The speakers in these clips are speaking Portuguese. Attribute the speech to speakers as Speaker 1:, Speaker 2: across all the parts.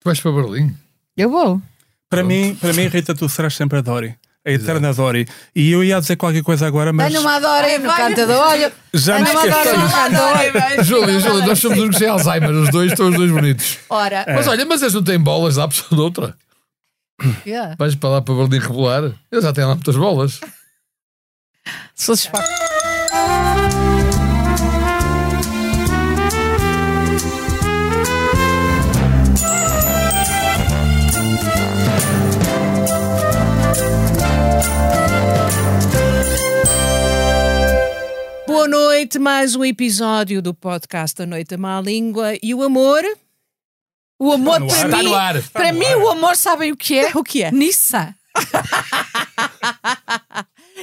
Speaker 1: Tu vais para Berlim?
Speaker 2: Eu vou.
Speaker 3: Para
Speaker 1: Pronto.
Speaker 3: mim, para mim, Rita, tu serás sempre a Dori. A eterna
Speaker 1: Exato.
Speaker 3: Dori. E eu ia dizer qualquer coisa agora, mas
Speaker 2: Dá-lhe uma adora no canto do olho.
Speaker 3: já me
Speaker 2: Dá-lhe uma adora no
Speaker 3: esqueci.
Speaker 2: canto do olho.
Speaker 1: Júlio, Júlio, nós somos os que têm Alzheimer, os dois estão os dois bonitos.
Speaker 2: Ora,
Speaker 1: Mas olha, mas eles não têm bolas da pessoa de outra.
Speaker 2: yeah.
Speaker 1: Vais para lá para Berlim rebolar, eles já têm lá muitas bolas.
Speaker 2: se fosses para-
Speaker 4: Boa noite, mais um episódio do podcast A Noite à Má Língua e o amor.
Speaker 2: O amor
Speaker 3: no
Speaker 2: para
Speaker 3: ar.
Speaker 2: mim.
Speaker 1: Está no ar.
Speaker 2: Para mim, o amor sabem o que é?
Speaker 4: O que é?
Speaker 2: Nissa.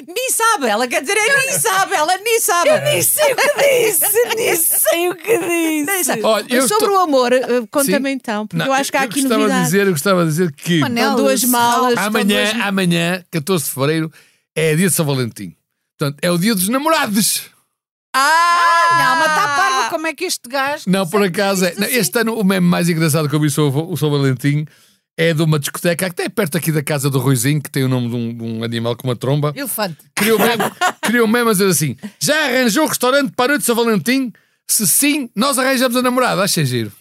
Speaker 4: Nissabe, ela quer dizer é Nissabe, ela Nissabe.
Speaker 2: sei o que disse, Nissa, sei o que disse.
Speaker 1: Olha, eu
Speaker 4: Sobre
Speaker 1: estou-
Speaker 4: o amor, eh, conta-me
Speaker 1: Sim.
Speaker 4: então, porque
Speaker 1: Não,
Speaker 4: eu acho que há aqui
Speaker 1: gostava de
Speaker 4: novidade.
Speaker 1: dizer, Eu gostava de dizer que
Speaker 2: Manel,
Speaker 4: Estão duas malas. estão
Speaker 1: amanhã,
Speaker 4: duas-
Speaker 1: amanhã, 14 de fevereiro, é dia de São Valentim. Portanto, é o dia dos namorados.
Speaker 2: Ah, não, mas está parvo como é que este gajo.
Speaker 1: Não, por acaso é. Não, Este ano o meme mais engraçado que eu vi sobre o São Valentim é de uma discoteca até perto aqui da casa do Ruizinho, que tem o nome de um, de um animal com uma tromba.
Speaker 2: Elefante.
Speaker 1: Criou meme, criou meme a dizer assim: já arranjou restaurante para a noite de São Valentim? Se sim, nós arranjamos a namorada. Achei giro.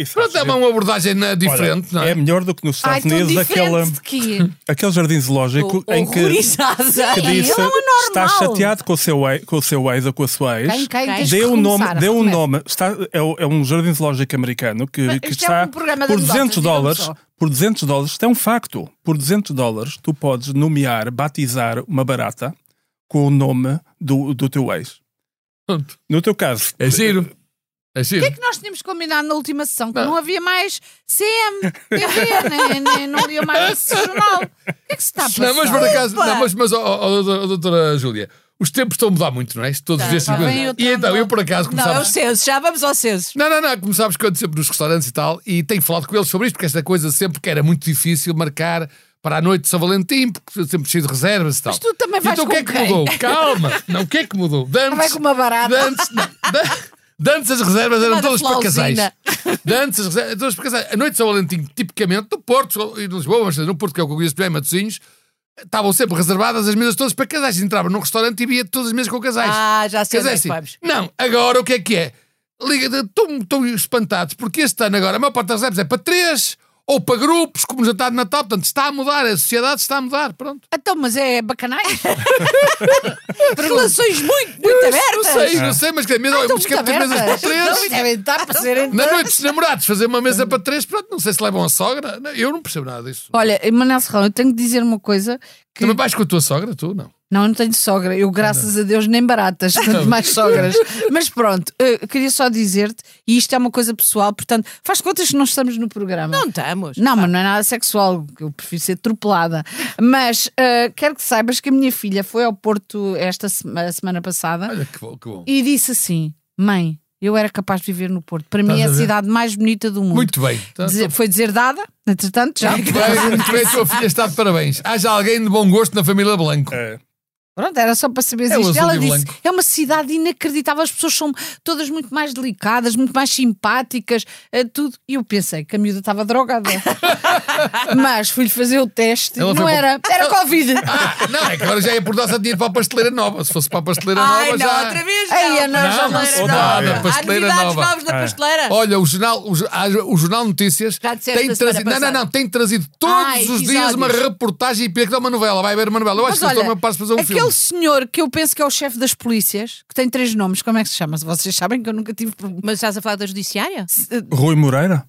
Speaker 3: Isso,
Speaker 1: Pronto, é
Speaker 3: acho
Speaker 1: uma abordagem né,
Speaker 3: que- Olha,
Speaker 1: diferente, não é?
Speaker 3: é melhor do que nos
Speaker 2: Ai,
Speaker 3: Estados
Speaker 2: tão
Speaker 3: Unidos
Speaker 2: diferente
Speaker 3: aquela,
Speaker 2: de que.
Speaker 3: aquele jardim zoológico em que,
Speaker 2: Horrorizada.
Speaker 3: que
Speaker 2: Ele
Speaker 3: disse
Speaker 2: é um anormal.
Speaker 3: está chateado com o, seu, ex- com o seu ex ou com a sua ex.
Speaker 2: Quem, quem, tens
Speaker 3: Deu
Speaker 2: que
Speaker 3: um nome,
Speaker 2: recomeçar,
Speaker 3: deu um
Speaker 2: recomeça.
Speaker 3: nome. Está, é, o- é um jardim zoológico americano que,
Speaker 2: Mas
Speaker 3: que
Speaker 2: isto é
Speaker 3: está
Speaker 2: um programa de
Speaker 3: por
Speaker 2: anedotas,
Speaker 3: 200
Speaker 2: diga-me
Speaker 3: dólares.
Speaker 2: só.
Speaker 3: Por 200 dólares, isto é um facto. Por 200 dólares, tu podes nomear, batizar uma barata com o nome do, do teu ex.
Speaker 1: Pronto.
Speaker 3: No teu caso,
Speaker 1: É giro. É
Speaker 2: O
Speaker 1: giro.
Speaker 2: que é que nós tínhamos combinado na última sessão? Que
Speaker 1: Não.
Speaker 2: não, havia mais CM, TV, nem, nem, não havia mais esse jornal. O que é que se está a passar?
Speaker 1: Não, mas por acaso, não, mas, mas ó, ó, ó, doutora, doutora Júlia, os tempos estão a mudar muito, não é? Isso Todos os dias
Speaker 2: Tá,
Speaker 1: se
Speaker 2: tá
Speaker 1: muda.
Speaker 2: bem, eu
Speaker 1: E
Speaker 2: tô-
Speaker 1: então, eu por acaso
Speaker 4: Não, é os
Speaker 1: começava.
Speaker 4: censos, já vamos aos censos.
Speaker 1: Não, não, não, começámos quando sempre nos restaurantes e tal, e tenho falado com eles sobre isto, porque esta coisa sempre que era muito difícil marcar para a noite de São Valentim, porque sempre preciso de reservas e tal.
Speaker 2: Mas tu também vais
Speaker 1: Então o que é
Speaker 2: com
Speaker 1: que
Speaker 2: quem?
Speaker 1: mudou? Calma! Não, o que é que mudou? Dantes,
Speaker 2: Vai com uma barata.
Speaker 1: Dantes, não, da- dantes as reservas eram
Speaker 2: Uma
Speaker 1: todas para casais.
Speaker 2: flauzina.
Speaker 1: Dantes as reservas eram todas para casais. A noite de São Valentim, tipicamente, no Porto e de Lisboa, mas no Porto, que é o que eu conheço bem, em Matosinhos, estavam sempre reservadas as mesas todas para casais. Entrava num restaurante e via todas as mesas com casais.
Speaker 4: Ah, já sei
Speaker 1: Quer
Speaker 4: onde
Speaker 1: dizer
Speaker 4: é que
Speaker 1: assim,
Speaker 4: vamos.
Speaker 1: não, agora o que é que é? Estão espantados, porque este ano agora a maior parte das reservas é para três ou para grupos, como já está de Natal, portanto está a mudar, a sociedade está a mudar, pronto.
Speaker 2: Então, mas é bacanais?
Speaker 4: Relações muito, muito
Speaker 1: Eu
Speaker 4: abertas.
Speaker 1: Não sei, não sei, mas quer dizer, mesa, olha,
Speaker 2: Estão
Speaker 1: vamos querer
Speaker 2: muito
Speaker 1: ter mesas é para
Speaker 2: abertas. então Não, é
Speaker 1: três.
Speaker 2: devem estar para serem.
Speaker 1: Na noite dos namorados, fazer uma mesa para três, pronto, não sei se levam a sogra. Não, Eu não percebo nada disso.
Speaker 2: Olha, Manel Serrão, eu tenho que dizer uma coisa que.
Speaker 1: Também vais com a tua sogra, tu? Não.
Speaker 2: Não, eu não tenho sogra. Eu, graças a Deus, nem baratas, tanto mais sogras. Mas pronto, eh, queria só dizer-te, e isto é uma coisa pessoal, portanto, faz contas que não estamos no programa.
Speaker 4: Não estamos.
Speaker 2: Não, mas não é nada sexual, eu prefiro ser atropelada. Mas eh, quero que saibas que a minha filha foi ao Porto esta sema- semana passada
Speaker 1: Olha que bom, que bom.
Speaker 2: e disse assim: Mãe, eu era capaz de viver no Porto. Para mim é
Speaker 1: Estás
Speaker 2: a
Speaker 1: a ver?
Speaker 2: cidade mais bonita do mundo.
Speaker 1: Muito bem. Tá-
Speaker 2: Dizer- foi deserdada, entretanto, já.
Speaker 1: Muito bem, muito bem, a tua filha está de parabéns. Haja alguém de bom gosto na família Blanco.
Speaker 3: é,
Speaker 2: Pronto, era só para saber
Speaker 1: É o
Speaker 2: isto.
Speaker 1: azul
Speaker 2: Ela
Speaker 1: e o
Speaker 2: disse:
Speaker 1: branco.
Speaker 2: é uma cidade inacreditável, as pessoas são todas muito mais delicadas, muito mais simpáticas, eh, tudo. E eu pensei que a miúda estava drogada. Mas fui-lhe fazer o teste,
Speaker 1: Ela
Speaker 2: não
Speaker 1: foi
Speaker 2: era, era Covid.
Speaker 1: Ah, não, é que agora já ia por dar-se a dinheiro para a pasteleira nova. Se fosse para a pasteleira
Speaker 4: Ai,
Speaker 1: nova,
Speaker 4: não,
Speaker 1: já.
Speaker 4: outra vez.
Speaker 2: Ai,
Speaker 4: não.
Speaker 2: não, já
Speaker 1: Não,
Speaker 2: não
Speaker 1: não,
Speaker 2: sei
Speaker 1: nada,
Speaker 2: nada.
Speaker 4: Há
Speaker 1: pasteleira
Speaker 4: novidades
Speaker 1: nova.
Speaker 4: novas na
Speaker 3: É.
Speaker 4: pasteleira.
Speaker 1: Olha, o jornal, o, jo- a- o jornal Notícias
Speaker 4: Já disseste
Speaker 1: tem
Speaker 4: a semana
Speaker 1: trazido. Não, não,
Speaker 4: passada.
Speaker 1: não, tem trazido todos
Speaker 2: Ah,
Speaker 1: os dias uma
Speaker 2: episódios.
Speaker 1: reportagem e que é uma novela. Vai haver uma novela. Eu acho
Speaker 2: Mas
Speaker 1: que eles estão
Speaker 2: olha,
Speaker 1: a par de fazer um
Speaker 2: aquele
Speaker 1: filme.
Speaker 2: senhor que eu penso que é o chefe das polícias, que tem três nomes, como é que se chama? Vocês sabem que eu nunca tive. problema.
Speaker 4: Mas estás a falar da judiciária?
Speaker 3: Rui Moreira?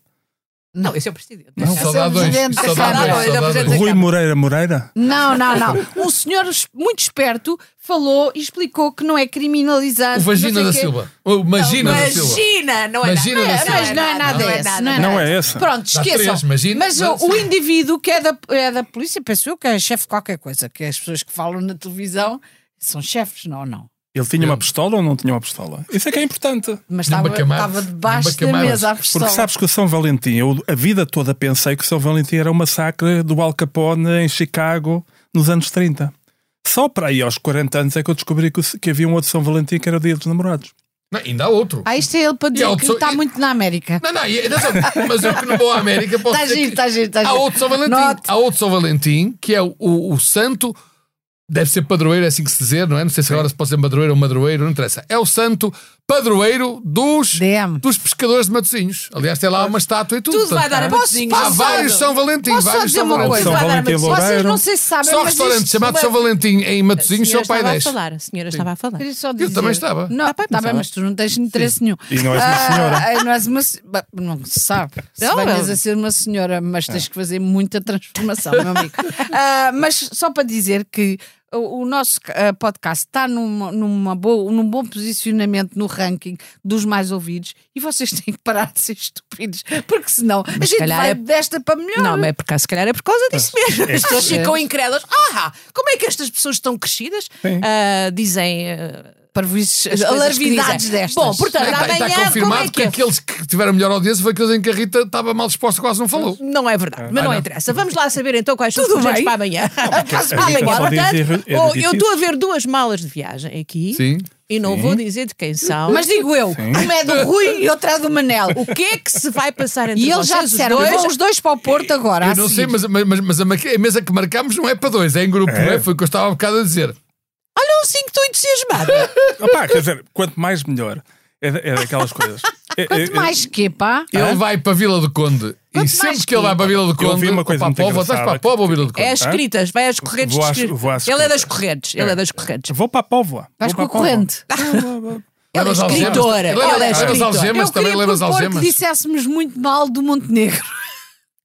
Speaker 4: Não, esse é o presidente.
Speaker 3: Não.
Speaker 2: Esse é o
Speaker 1: Saudade dois,
Speaker 2: presidente da
Speaker 1: saudade
Speaker 2: Câmara.
Speaker 1: dois,
Speaker 4: Não, não,
Speaker 1: saudade
Speaker 2: é
Speaker 4: não,
Speaker 1: dois.
Speaker 3: Rui Moreira Moreira?
Speaker 2: Não, não, não. Um senhor es- muito esperto falou e explicou que não é criminalizante.
Speaker 1: O Vagina da
Speaker 2: não sei quê.
Speaker 1: Silva. O Magina da Silva.
Speaker 4: Imagina, não é
Speaker 1: Magina
Speaker 4: nada.
Speaker 1: da Silva.
Speaker 2: Mas não é nada
Speaker 4: não é
Speaker 2: esse.
Speaker 4: nada.
Speaker 2: Não é,
Speaker 3: Não
Speaker 2: nada.
Speaker 3: é esse.
Speaker 2: Pronto,
Speaker 1: Dá
Speaker 2: esqueçam.
Speaker 1: três, imagina.
Speaker 2: Mas
Speaker 1: Não,
Speaker 2: o, o indivíduo que é da, é da polícia, penso eu que é chefe de qualquer coisa, que as pessoas que falam na televisão são chefes, não, não.
Speaker 3: Ele tinha uma pistola ou não tinha uma pistola? Isso é que é importante.
Speaker 2: Mas
Speaker 1: Numa
Speaker 2: estava,
Speaker 1: camada.
Speaker 2: estava debaixo
Speaker 1: Numa
Speaker 2: da
Speaker 1: camada.
Speaker 2: mesa a
Speaker 3: Porque
Speaker 2: pistola.
Speaker 3: sabes que o São Valentim, eu a vida toda pensei que o São Valentim era um massacre do Al Capone em Chicago nos anos 30. Só para aí aos 40 anos é que eu descobri que, o- que havia um outro São Valentim que era o Dia dos Namorados.
Speaker 1: Não, ainda há outro.
Speaker 2: Ah, isto é ele para dizer
Speaker 1: ele
Speaker 2: que
Speaker 1: só-
Speaker 2: está
Speaker 1: e-
Speaker 2: muito na América.
Speaker 1: Não, não, e- atenção, mas eu que não vou à América posso
Speaker 2: Está
Speaker 1: dizer
Speaker 2: Tá giro,
Speaker 1: que-
Speaker 2: está giro, está
Speaker 1: Há
Speaker 2: giro.
Speaker 1: outro São Valentim.
Speaker 2: Note.
Speaker 1: Há outro São Valentim, que é o, o- o santo, deve ser padroeiro, é assim que se dizer, não é? Não sei se agora se pode ser padroeiro ou madroeiro, não interessa. É o santo padroeiro dos,
Speaker 2: DM.
Speaker 1: dos pescadores de Matozinhos. Aliás, tem lá uma estátua e tudo.
Speaker 4: Tudo vai dar a
Speaker 2: Posso-
Speaker 4: Matosinhos.
Speaker 1: Há
Speaker 2: posso-
Speaker 1: vários São Valentim,
Speaker 2: Posso só
Speaker 1: vários
Speaker 2: dizer
Speaker 1: São
Speaker 2: uma
Speaker 1: Valentim.
Speaker 2: coisa?
Speaker 3: São Valentim
Speaker 2: Vocês
Speaker 3: Loureiro.
Speaker 2: não sei se sabem,
Speaker 1: Só
Speaker 2: mas
Speaker 1: restaurante
Speaker 2: isto- é
Speaker 1: chamado São Valentim em Matozinhos, só
Speaker 4: senhora
Speaker 1: pai
Speaker 4: estava a
Speaker 1: 10.
Speaker 4: falar, a senhora estava a falar.
Speaker 2: Queria só
Speaker 1: Eu também
Speaker 2: dizer-
Speaker 1: estava.
Speaker 2: Não,
Speaker 4: Ah, pá,
Speaker 2: está bem,
Speaker 4: estava.
Speaker 2: mas tu não tens interesse nenhum.
Speaker 3: E não és uma senhora.
Speaker 2: Ah, não és uma se- bah, Não se sabe. Se
Speaker 4: Não,
Speaker 2: venhas
Speaker 4: eu-
Speaker 2: a ser uma senhora, mas tens
Speaker 1: É.
Speaker 2: que fazer muita transformação, meu amigo. Ah, mas só para dizer que o o nosso ah, podcast está numa, numa boa, num bom posicionamento no ranking dos mais ouvidos e vocês têm que parar de ser estúpidos, porque senão a gente
Speaker 4: calhar
Speaker 2: vai
Speaker 4: é-
Speaker 2: desta para melhor.
Speaker 4: Não, mas é por causa, se calhar é por causa disso
Speaker 1: Ah,
Speaker 4: mesmo. As pessoas
Speaker 2: É.
Speaker 4: ficam incrédulas. Ah, como é que estas pessoas estão crescidas?
Speaker 3: Sim.
Speaker 4: Ah, dizem. ah,
Speaker 2: para vos
Speaker 4: as coisas que
Speaker 2: alarvidades
Speaker 4: dizem.
Speaker 2: destas.
Speaker 4: Bom, portanto,
Speaker 1: Está, está
Speaker 4: amanhã,
Speaker 1: tá, confirmado
Speaker 4: como é
Speaker 1: que,
Speaker 4: que é?
Speaker 1: aqueles que tiveram melhor audiência foi aqueles em que a Rita estava mal disposta, quase não falou.
Speaker 4: Não é verdade, mas não,
Speaker 1: não.
Speaker 4: interessa. Vamos lá saber então quais são os
Speaker 2: Tudo
Speaker 4: projetos
Speaker 2: bem.
Speaker 4: para amanhã.
Speaker 3: a
Speaker 4: amanhã,
Speaker 3: Rita só diz
Speaker 4: portanto,
Speaker 3: erro-
Speaker 4: ou eu
Speaker 3: eruditivo.
Speaker 4: estou a ver duas malas de viagem aqui
Speaker 1: Sim.
Speaker 4: e não vou dizer de quem são.
Speaker 2: Mas digo eu, uma é do Rui e outra é do Manel.
Speaker 4: o que é que se vai passar entre
Speaker 2: E eles
Speaker 4: vocês
Speaker 2: já disseram,
Speaker 4: os dois?
Speaker 2: vão os dois para o Porto agora. a
Speaker 1: Eu não sei,
Speaker 2: seguir.
Speaker 1: mas, mas, mas- mas a, ma- a mesa que marcámos não é para dois, é em grupo, não é? Foi o que eu estava há bocado a dizer.
Speaker 4: Olha assim que estou entusiasmada.
Speaker 3: Opá, quer dizer, quanto mais melhor. É, da- é daquelas coisas. É- é-
Speaker 2: Quanto mais tá? que, pá?
Speaker 1: Ele vai para a Vila do Conde. e
Speaker 2: mais
Speaker 1: sempre que
Speaker 2: que-
Speaker 1: ele vai para a Vila do Conde,
Speaker 3: vi uma coisa
Speaker 1: ou
Speaker 3: muito
Speaker 1: para a Póvoa, estás para a
Speaker 3: engraçada
Speaker 1: Póvoa ou Vila do Conde?
Speaker 4: É as escritas, vai às correntes.
Speaker 3: Vou
Speaker 4: de
Speaker 3: às-
Speaker 4: escri-
Speaker 3: vou às
Speaker 4: ele é das
Speaker 3: correntes.
Speaker 4: correntes. Ele é das correntes.
Speaker 3: Vou para a Póvoa.
Speaker 2: Vais
Speaker 3: Vou
Speaker 2: com a
Speaker 3: para a Póvoa.
Speaker 2: corrente.
Speaker 1: Leva as algemas.
Speaker 4: escritora,
Speaker 1: Leva-
Speaker 4: ela é
Speaker 1: leva as
Speaker 4: escritora.
Speaker 1: algemas, também
Speaker 2: Eu queria
Speaker 1: leva as
Speaker 2: propor
Speaker 1: algemas.
Speaker 2: que dissessemos muito mal do Montenegro.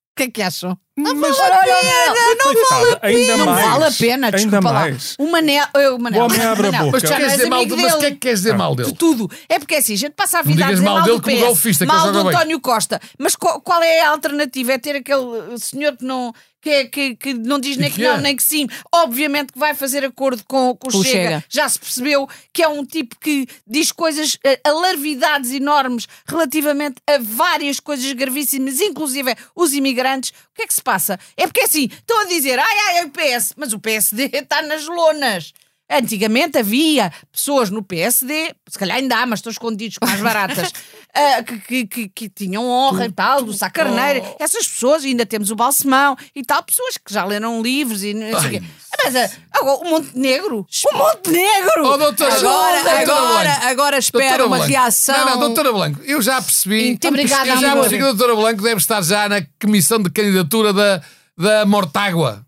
Speaker 2: O que é que acham? Não vale a pena! Não vale a
Speaker 3: Coitada, ainda
Speaker 2: pena! Não
Speaker 3: mais.
Speaker 2: vale a pena,
Speaker 3: Ainda
Speaker 2: desculpa lá.
Speaker 1: Um
Speaker 3: mais.
Speaker 2: O Manel... eu, o Manel.
Speaker 3: O homem abre a
Speaker 2: Manel,
Speaker 3: boca.
Speaker 1: Mas tu
Speaker 2: já não
Speaker 1: queres
Speaker 2: és
Speaker 1: dizer mal,
Speaker 2: amigo
Speaker 1: mas o que é
Speaker 2: dele.
Speaker 1: que queres
Speaker 3: Ah.
Speaker 1: dizer mal
Speaker 2: de
Speaker 1: dele?
Speaker 2: tudo. É porque assim, a gente passa a vida
Speaker 1: Não
Speaker 2: a
Speaker 1: digas
Speaker 2: dizer
Speaker 1: mal
Speaker 2: mal,
Speaker 1: dele
Speaker 2: do
Speaker 1: como
Speaker 2: PS,
Speaker 1: golfista, que ele
Speaker 2: mal
Speaker 1: joga
Speaker 2: do
Speaker 1: bem.
Speaker 2: António Costa. Mas qual, qual é a alternativa? É ter aquele uh, senhor que não, que, é- que, que não diz nem
Speaker 1: E
Speaker 2: que,
Speaker 1: que
Speaker 2: não
Speaker 1: é?
Speaker 2: nem que sim. Obviamente que vai fazer acordo com, com o
Speaker 4: Com o
Speaker 2: Chega.
Speaker 4: Chega.
Speaker 2: Já se percebeu que é um tipo que diz coisas, eh, alarvidades enormes relativamente a várias coisas gravíssimas, inclusive os imigrantes. O que é que se passa? É porque assim, estão a dizer, ai, ai, ai, o PS, mas o PSD está tá nas lonas. Antigamente havia pessoas no PSD, se calhar ainda há, mas estão escondidos com as baratas, ah, que, que- que- que tinham honra e tal, do Sá Carneiro. Essas pessoas, ainda temos o Balsemão e tal, pessoas que já leram livros e não sei o quê. Mas ah, agora, o Montenegro, o Montenegro!
Speaker 1: Oh, doutora,
Speaker 4: Agora,
Speaker 1: doutora
Speaker 4: agora,
Speaker 1: Blanco.
Speaker 4: agora espero
Speaker 1: Doutora
Speaker 4: uma
Speaker 1: Blanco.
Speaker 4: reação.
Speaker 1: Não, não, doutora Blanco, eu já percebi.
Speaker 2: Então, obrigada,
Speaker 1: eu já
Speaker 2: amor.
Speaker 1: percebi que a doutora Blanco deve estar já na comissão de candidatura da, da Mortágua,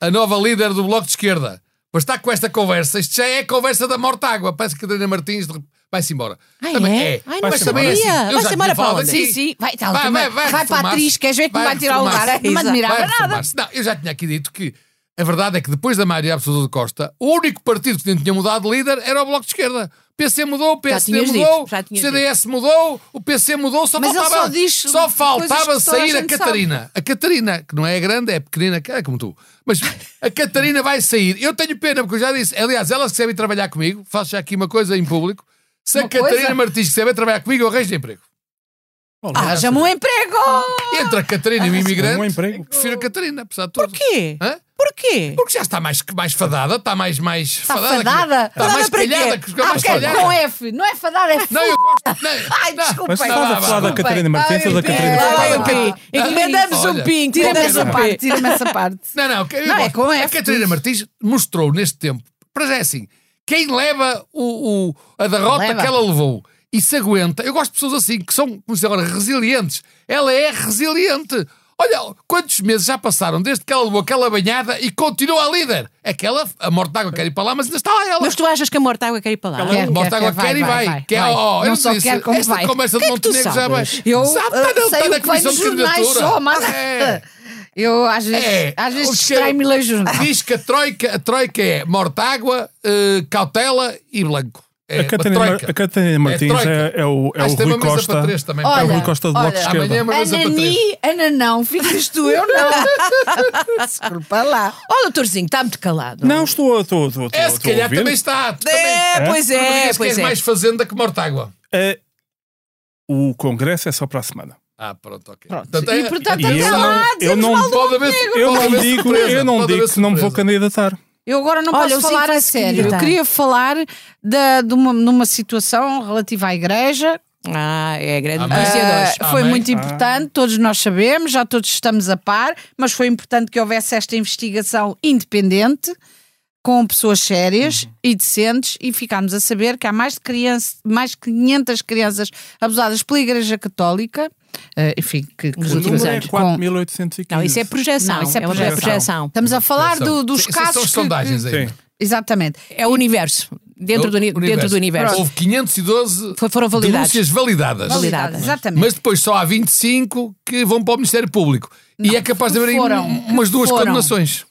Speaker 1: a nova líder do Bloco de Esquerda. Pois está com esta conversa. Isto já é a conversa da Mortágua. Parece que a Catarina Martins de rep- vai-se embora.
Speaker 2: Ai,
Speaker 1: também
Speaker 2: é?
Speaker 1: é.
Speaker 4: Ai,
Speaker 1: Mas
Speaker 4: não
Speaker 1: também é
Speaker 4: sabia.
Speaker 1: assim. Eu
Speaker 4: Vai-se
Speaker 1: já
Speaker 4: embora
Speaker 1: tinha falado
Speaker 4: para onde?
Speaker 1: aqui.
Speaker 2: Sim, sim, vai, tá,
Speaker 1: Vai,
Speaker 2: também.
Speaker 1: vai, vai
Speaker 2: Vai para a atriz,
Speaker 1: reformar-se.
Speaker 2: queres ver que me vai tirar o lugar? É
Speaker 1: reformar-se.
Speaker 2: Não me admirava
Speaker 1: Vai
Speaker 2: nada.
Speaker 1: reformar-se. Não, eu já tinha aqui dito que a verdade é que depois da maioria absoluta de Costa, o único partido que não tinha mudado de líder era o Bloco de Esquerda. O PC mudou, o PSD
Speaker 4: tinhas
Speaker 1: mudou,
Speaker 4: dito, já
Speaker 1: o
Speaker 4: tinhas
Speaker 1: CDS mudou, o PC mudou, só
Speaker 2: Mas ele
Speaker 1: faltava,
Speaker 2: só diz
Speaker 1: só faltava
Speaker 2: coisas que toda a
Speaker 1: sair a
Speaker 2: gente
Speaker 1: Catarina. A Catarina, que não é grande, é pequenina, que é como tu. Mas a Catarina vai sair. Eu tenho pena, porque eu já disse. Aliás, elas que se devem trabalhar comigo, faço já aqui uma coisa em público. Se a
Speaker 2: Uma
Speaker 1: Catarina
Speaker 2: coisa?
Speaker 1: Martins quiser trabalhar comigo, eu arranjo emprego.
Speaker 2: Arranja-me um emprego! é.
Speaker 1: Entre a Catarina
Speaker 2: Ah,
Speaker 1: e o imigrante, É,
Speaker 3: um emprego.
Speaker 1: prefiro
Speaker 2: Oh.
Speaker 1: a Catarina, apesar de tudo.
Speaker 4: Porquê?
Speaker 1: Hã?
Speaker 4: Porquê?
Speaker 1: Porque já está mais, mais fadada, está mais, mais
Speaker 2: Está
Speaker 1: fadada. que-
Speaker 2: Tá fadada?
Speaker 1: Está mais
Speaker 4: Fadada para quê?
Speaker 1: calhada. Que,
Speaker 2: Ah,
Speaker 1: mais
Speaker 2: porque é
Speaker 1: calhada.
Speaker 2: com F, não é fadada, é F.
Speaker 1: Não, eu gosto. não,
Speaker 2: Ai,
Speaker 1: não.
Speaker 2: desculpa.
Speaker 3: Mas
Speaker 2: Vai,
Speaker 3: estás a
Speaker 1: vai,
Speaker 3: falar
Speaker 1: vai,
Speaker 3: da Catarina
Speaker 2: vai.
Speaker 3: Martins ou da
Speaker 2: Ai,
Speaker 3: Catarina
Speaker 2: Deus.
Speaker 3: Costa?
Speaker 4: Ai,
Speaker 2: Vai,
Speaker 4: o
Speaker 2: vai.
Speaker 4: Pi. Encomendamos
Speaker 1: Olha,
Speaker 4: um Pi.
Speaker 2: Tira-me
Speaker 4: Encomendamos
Speaker 2: essa
Speaker 4: um
Speaker 2: parte,
Speaker 4: Pi.
Speaker 2: tira-me essa parte.
Speaker 1: Não, não, que eu
Speaker 2: Não, é
Speaker 1: gosto.
Speaker 2: com F,
Speaker 1: A Catarina
Speaker 2: diz.
Speaker 1: Martins mostrou neste tempo, para já é assim, quem leva o, o- a derrota
Speaker 2: Leva.
Speaker 1: que ela levou e se aguenta, eu gosto de pessoas assim, que são, como se diz agora, resilientes. Ela é resiliente. Olha, quantos meses já passaram desde que ela levou aquela banhada e continua a líder? Aquela, a morte d'água quer ir para lá, mas ainda está lá ela.
Speaker 4: Mas tu achas que a morta água quer ir para lá?
Speaker 2: Quer,
Speaker 1: Bota água, quer, e vai. Quer, ó, eu
Speaker 2: não só
Speaker 1: sei se
Speaker 2: quer como
Speaker 1: esta
Speaker 2: vai.
Speaker 1: conversa de
Speaker 4: O que é que tu
Speaker 1: Montenegro já vai.
Speaker 4: sabes?
Speaker 2: Eu
Speaker 1: Sabe,
Speaker 2: ah,
Speaker 1: tá na- tá
Speaker 2: sei
Speaker 1: na
Speaker 2: o que vai
Speaker 1: comissão
Speaker 2: nos
Speaker 1: de
Speaker 2: jornais
Speaker 1: candidatura.
Speaker 2: só, mas
Speaker 1: É.
Speaker 2: eu às vezes,
Speaker 1: É.
Speaker 2: às
Speaker 1: O
Speaker 2: vezes
Speaker 1: que-
Speaker 2: distrai-me ler jornal.
Speaker 1: Diz que a troika, a troika é mortágua, eh, cautela e blanco. É
Speaker 3: A Catarina,
Speaker 1: uma
Speaker 3: Mar-
Speaker 1: troika.
Speaker 3: a Catarina Martins
Speaker 1: troika.
Speaker 3: é, é o, é
Speaker 1: Ah,
Speaker 3: o
Speaker 1: isto é
Speaker 3: Rui
Speaker 1: uma mesa para
Speaker 3: Costa.
Speaker 1: três também.
Speaker 3: É o
Speaker 2: Olha,
Speaker 3: Rui Costa do Bloco de
Speaker 2: olha.
Speaker 3: Esquerda.
Speaker 1: Amanhã é uma mesa para três.
Speaker 2: Anani, Ananão, ficas tu, eu não. Desculpa lá.
Speaker 4: Ó, doutorzinho, está muito calado.
Speaker 3: Não, estou, estou, estou, estou,
Speaker 1: É, se
Speaker 3: estou a
Speaker 1: calhar
Speaker 3: ouvir.
Speaker 1: também está. Também.
Speaker 4: É, pois
Speaker 1: Tu
Speaker 4: é,
Speaker 1: dirias que
Speaker 4: pois
Speaker 1: és
Speaker 4: é.
Speaker 1: mais fazenda que mortágua.
Speaker 3: É, o Congresso é só para a semana.
Speaker 1: Ah, pronto, ok.
Speaker 2: Pronto.
Speaker 1: Portanto,
Speaker 2: E
Speaker 1: é-
Speaker 2: portanto, é
Speaker 3: E eu
Speaker 2: até
Speaker 3: não-
Speaker 2: lá,
Speaker 3: eu
Speaker 2: dizemos
Speaker 3: não-
Speaker 2: mal do
Speaker 1: pode haver,
Speaker 2: Montenegro.
Speaker 3: Eu
Speaker 1: pode
Speaker 3: não
Speaker 1: haver
Speaker 3: digo,
Speaker 1: surpresa,
Speaker 3: eu não
Speaker 1: pode
Speaker 3: digo
Speaker 1: haver
Speaker 3: que não me vou
Speaker 1: surpresa.
Speaker 3: candidatar.
Speaker 2: Eu agora não
Speaker 4: Olha,
Speaker 2: posso
Speaker 4: o Zinho
Speaker 2: falar a
Speaker 4: vai seguir,
Speaker 2: sério. Eu
Speaker 4: então.
Speaker 2: queria falar da- de, uma, numa situação relativa à igreja.
Speaker 4: Ah, é grande
Speaker 1: Amém.
Speaker 4: apreciadores.
Speaker 2: Ah, foi
Speaker 1: Amém.
Speaker 2: muito importante, todos nós sabemos, já todos estamos a par, mas foi importante que houvesse esta investigação independente, com pessoas sérias
Speaker 1: Uhum.
Speaker 2: e decentes, e ficámos a saber que há mais de, criança, mais de 500 crianças abusadas pela Igreja Católica, eh, enfim, que, que
Speaker 4: Nos
Speaker 3: O
Speaker 4: últimos
Speaker 3: número é
Speaker 4: anos.
Speaker 3: 4.815.
Speaker 4: Não, isso é projeção.
Speaker 2: Não, Ah, isso é
Speaker 4: é, uma
Speaker 2: projeção.
Speaker 4: projeção.
Speaker 2: Estamos a falar do- dos
Speaker 1: Sim,
Speaker 2: casos.
Speaker 1: São
Speaker 2: que-
Speaker 1: sondagens
Speaker 2: que-
Speaker 1: aí.
Speaker 3: Sim.
Speaker 2: Exatamente.
Speaker 4: É o universo. Dentro, do, uni- dentro do universo.
Speaker 1: Houve 512
Speaker 4: Foi- foram validadas.
Speaker 1: denúncias validadas.
Speaker 4: Validadas.
Speaker 2: Exatamente.
Speaker 1: Mas depois só há 25 que vão para o Ministério Público. e é capaz de haver aí
Speaker 2: foram.
Speaker 1: um- umas duas
Speaker 2: Foram.
Speaker 1: condenações.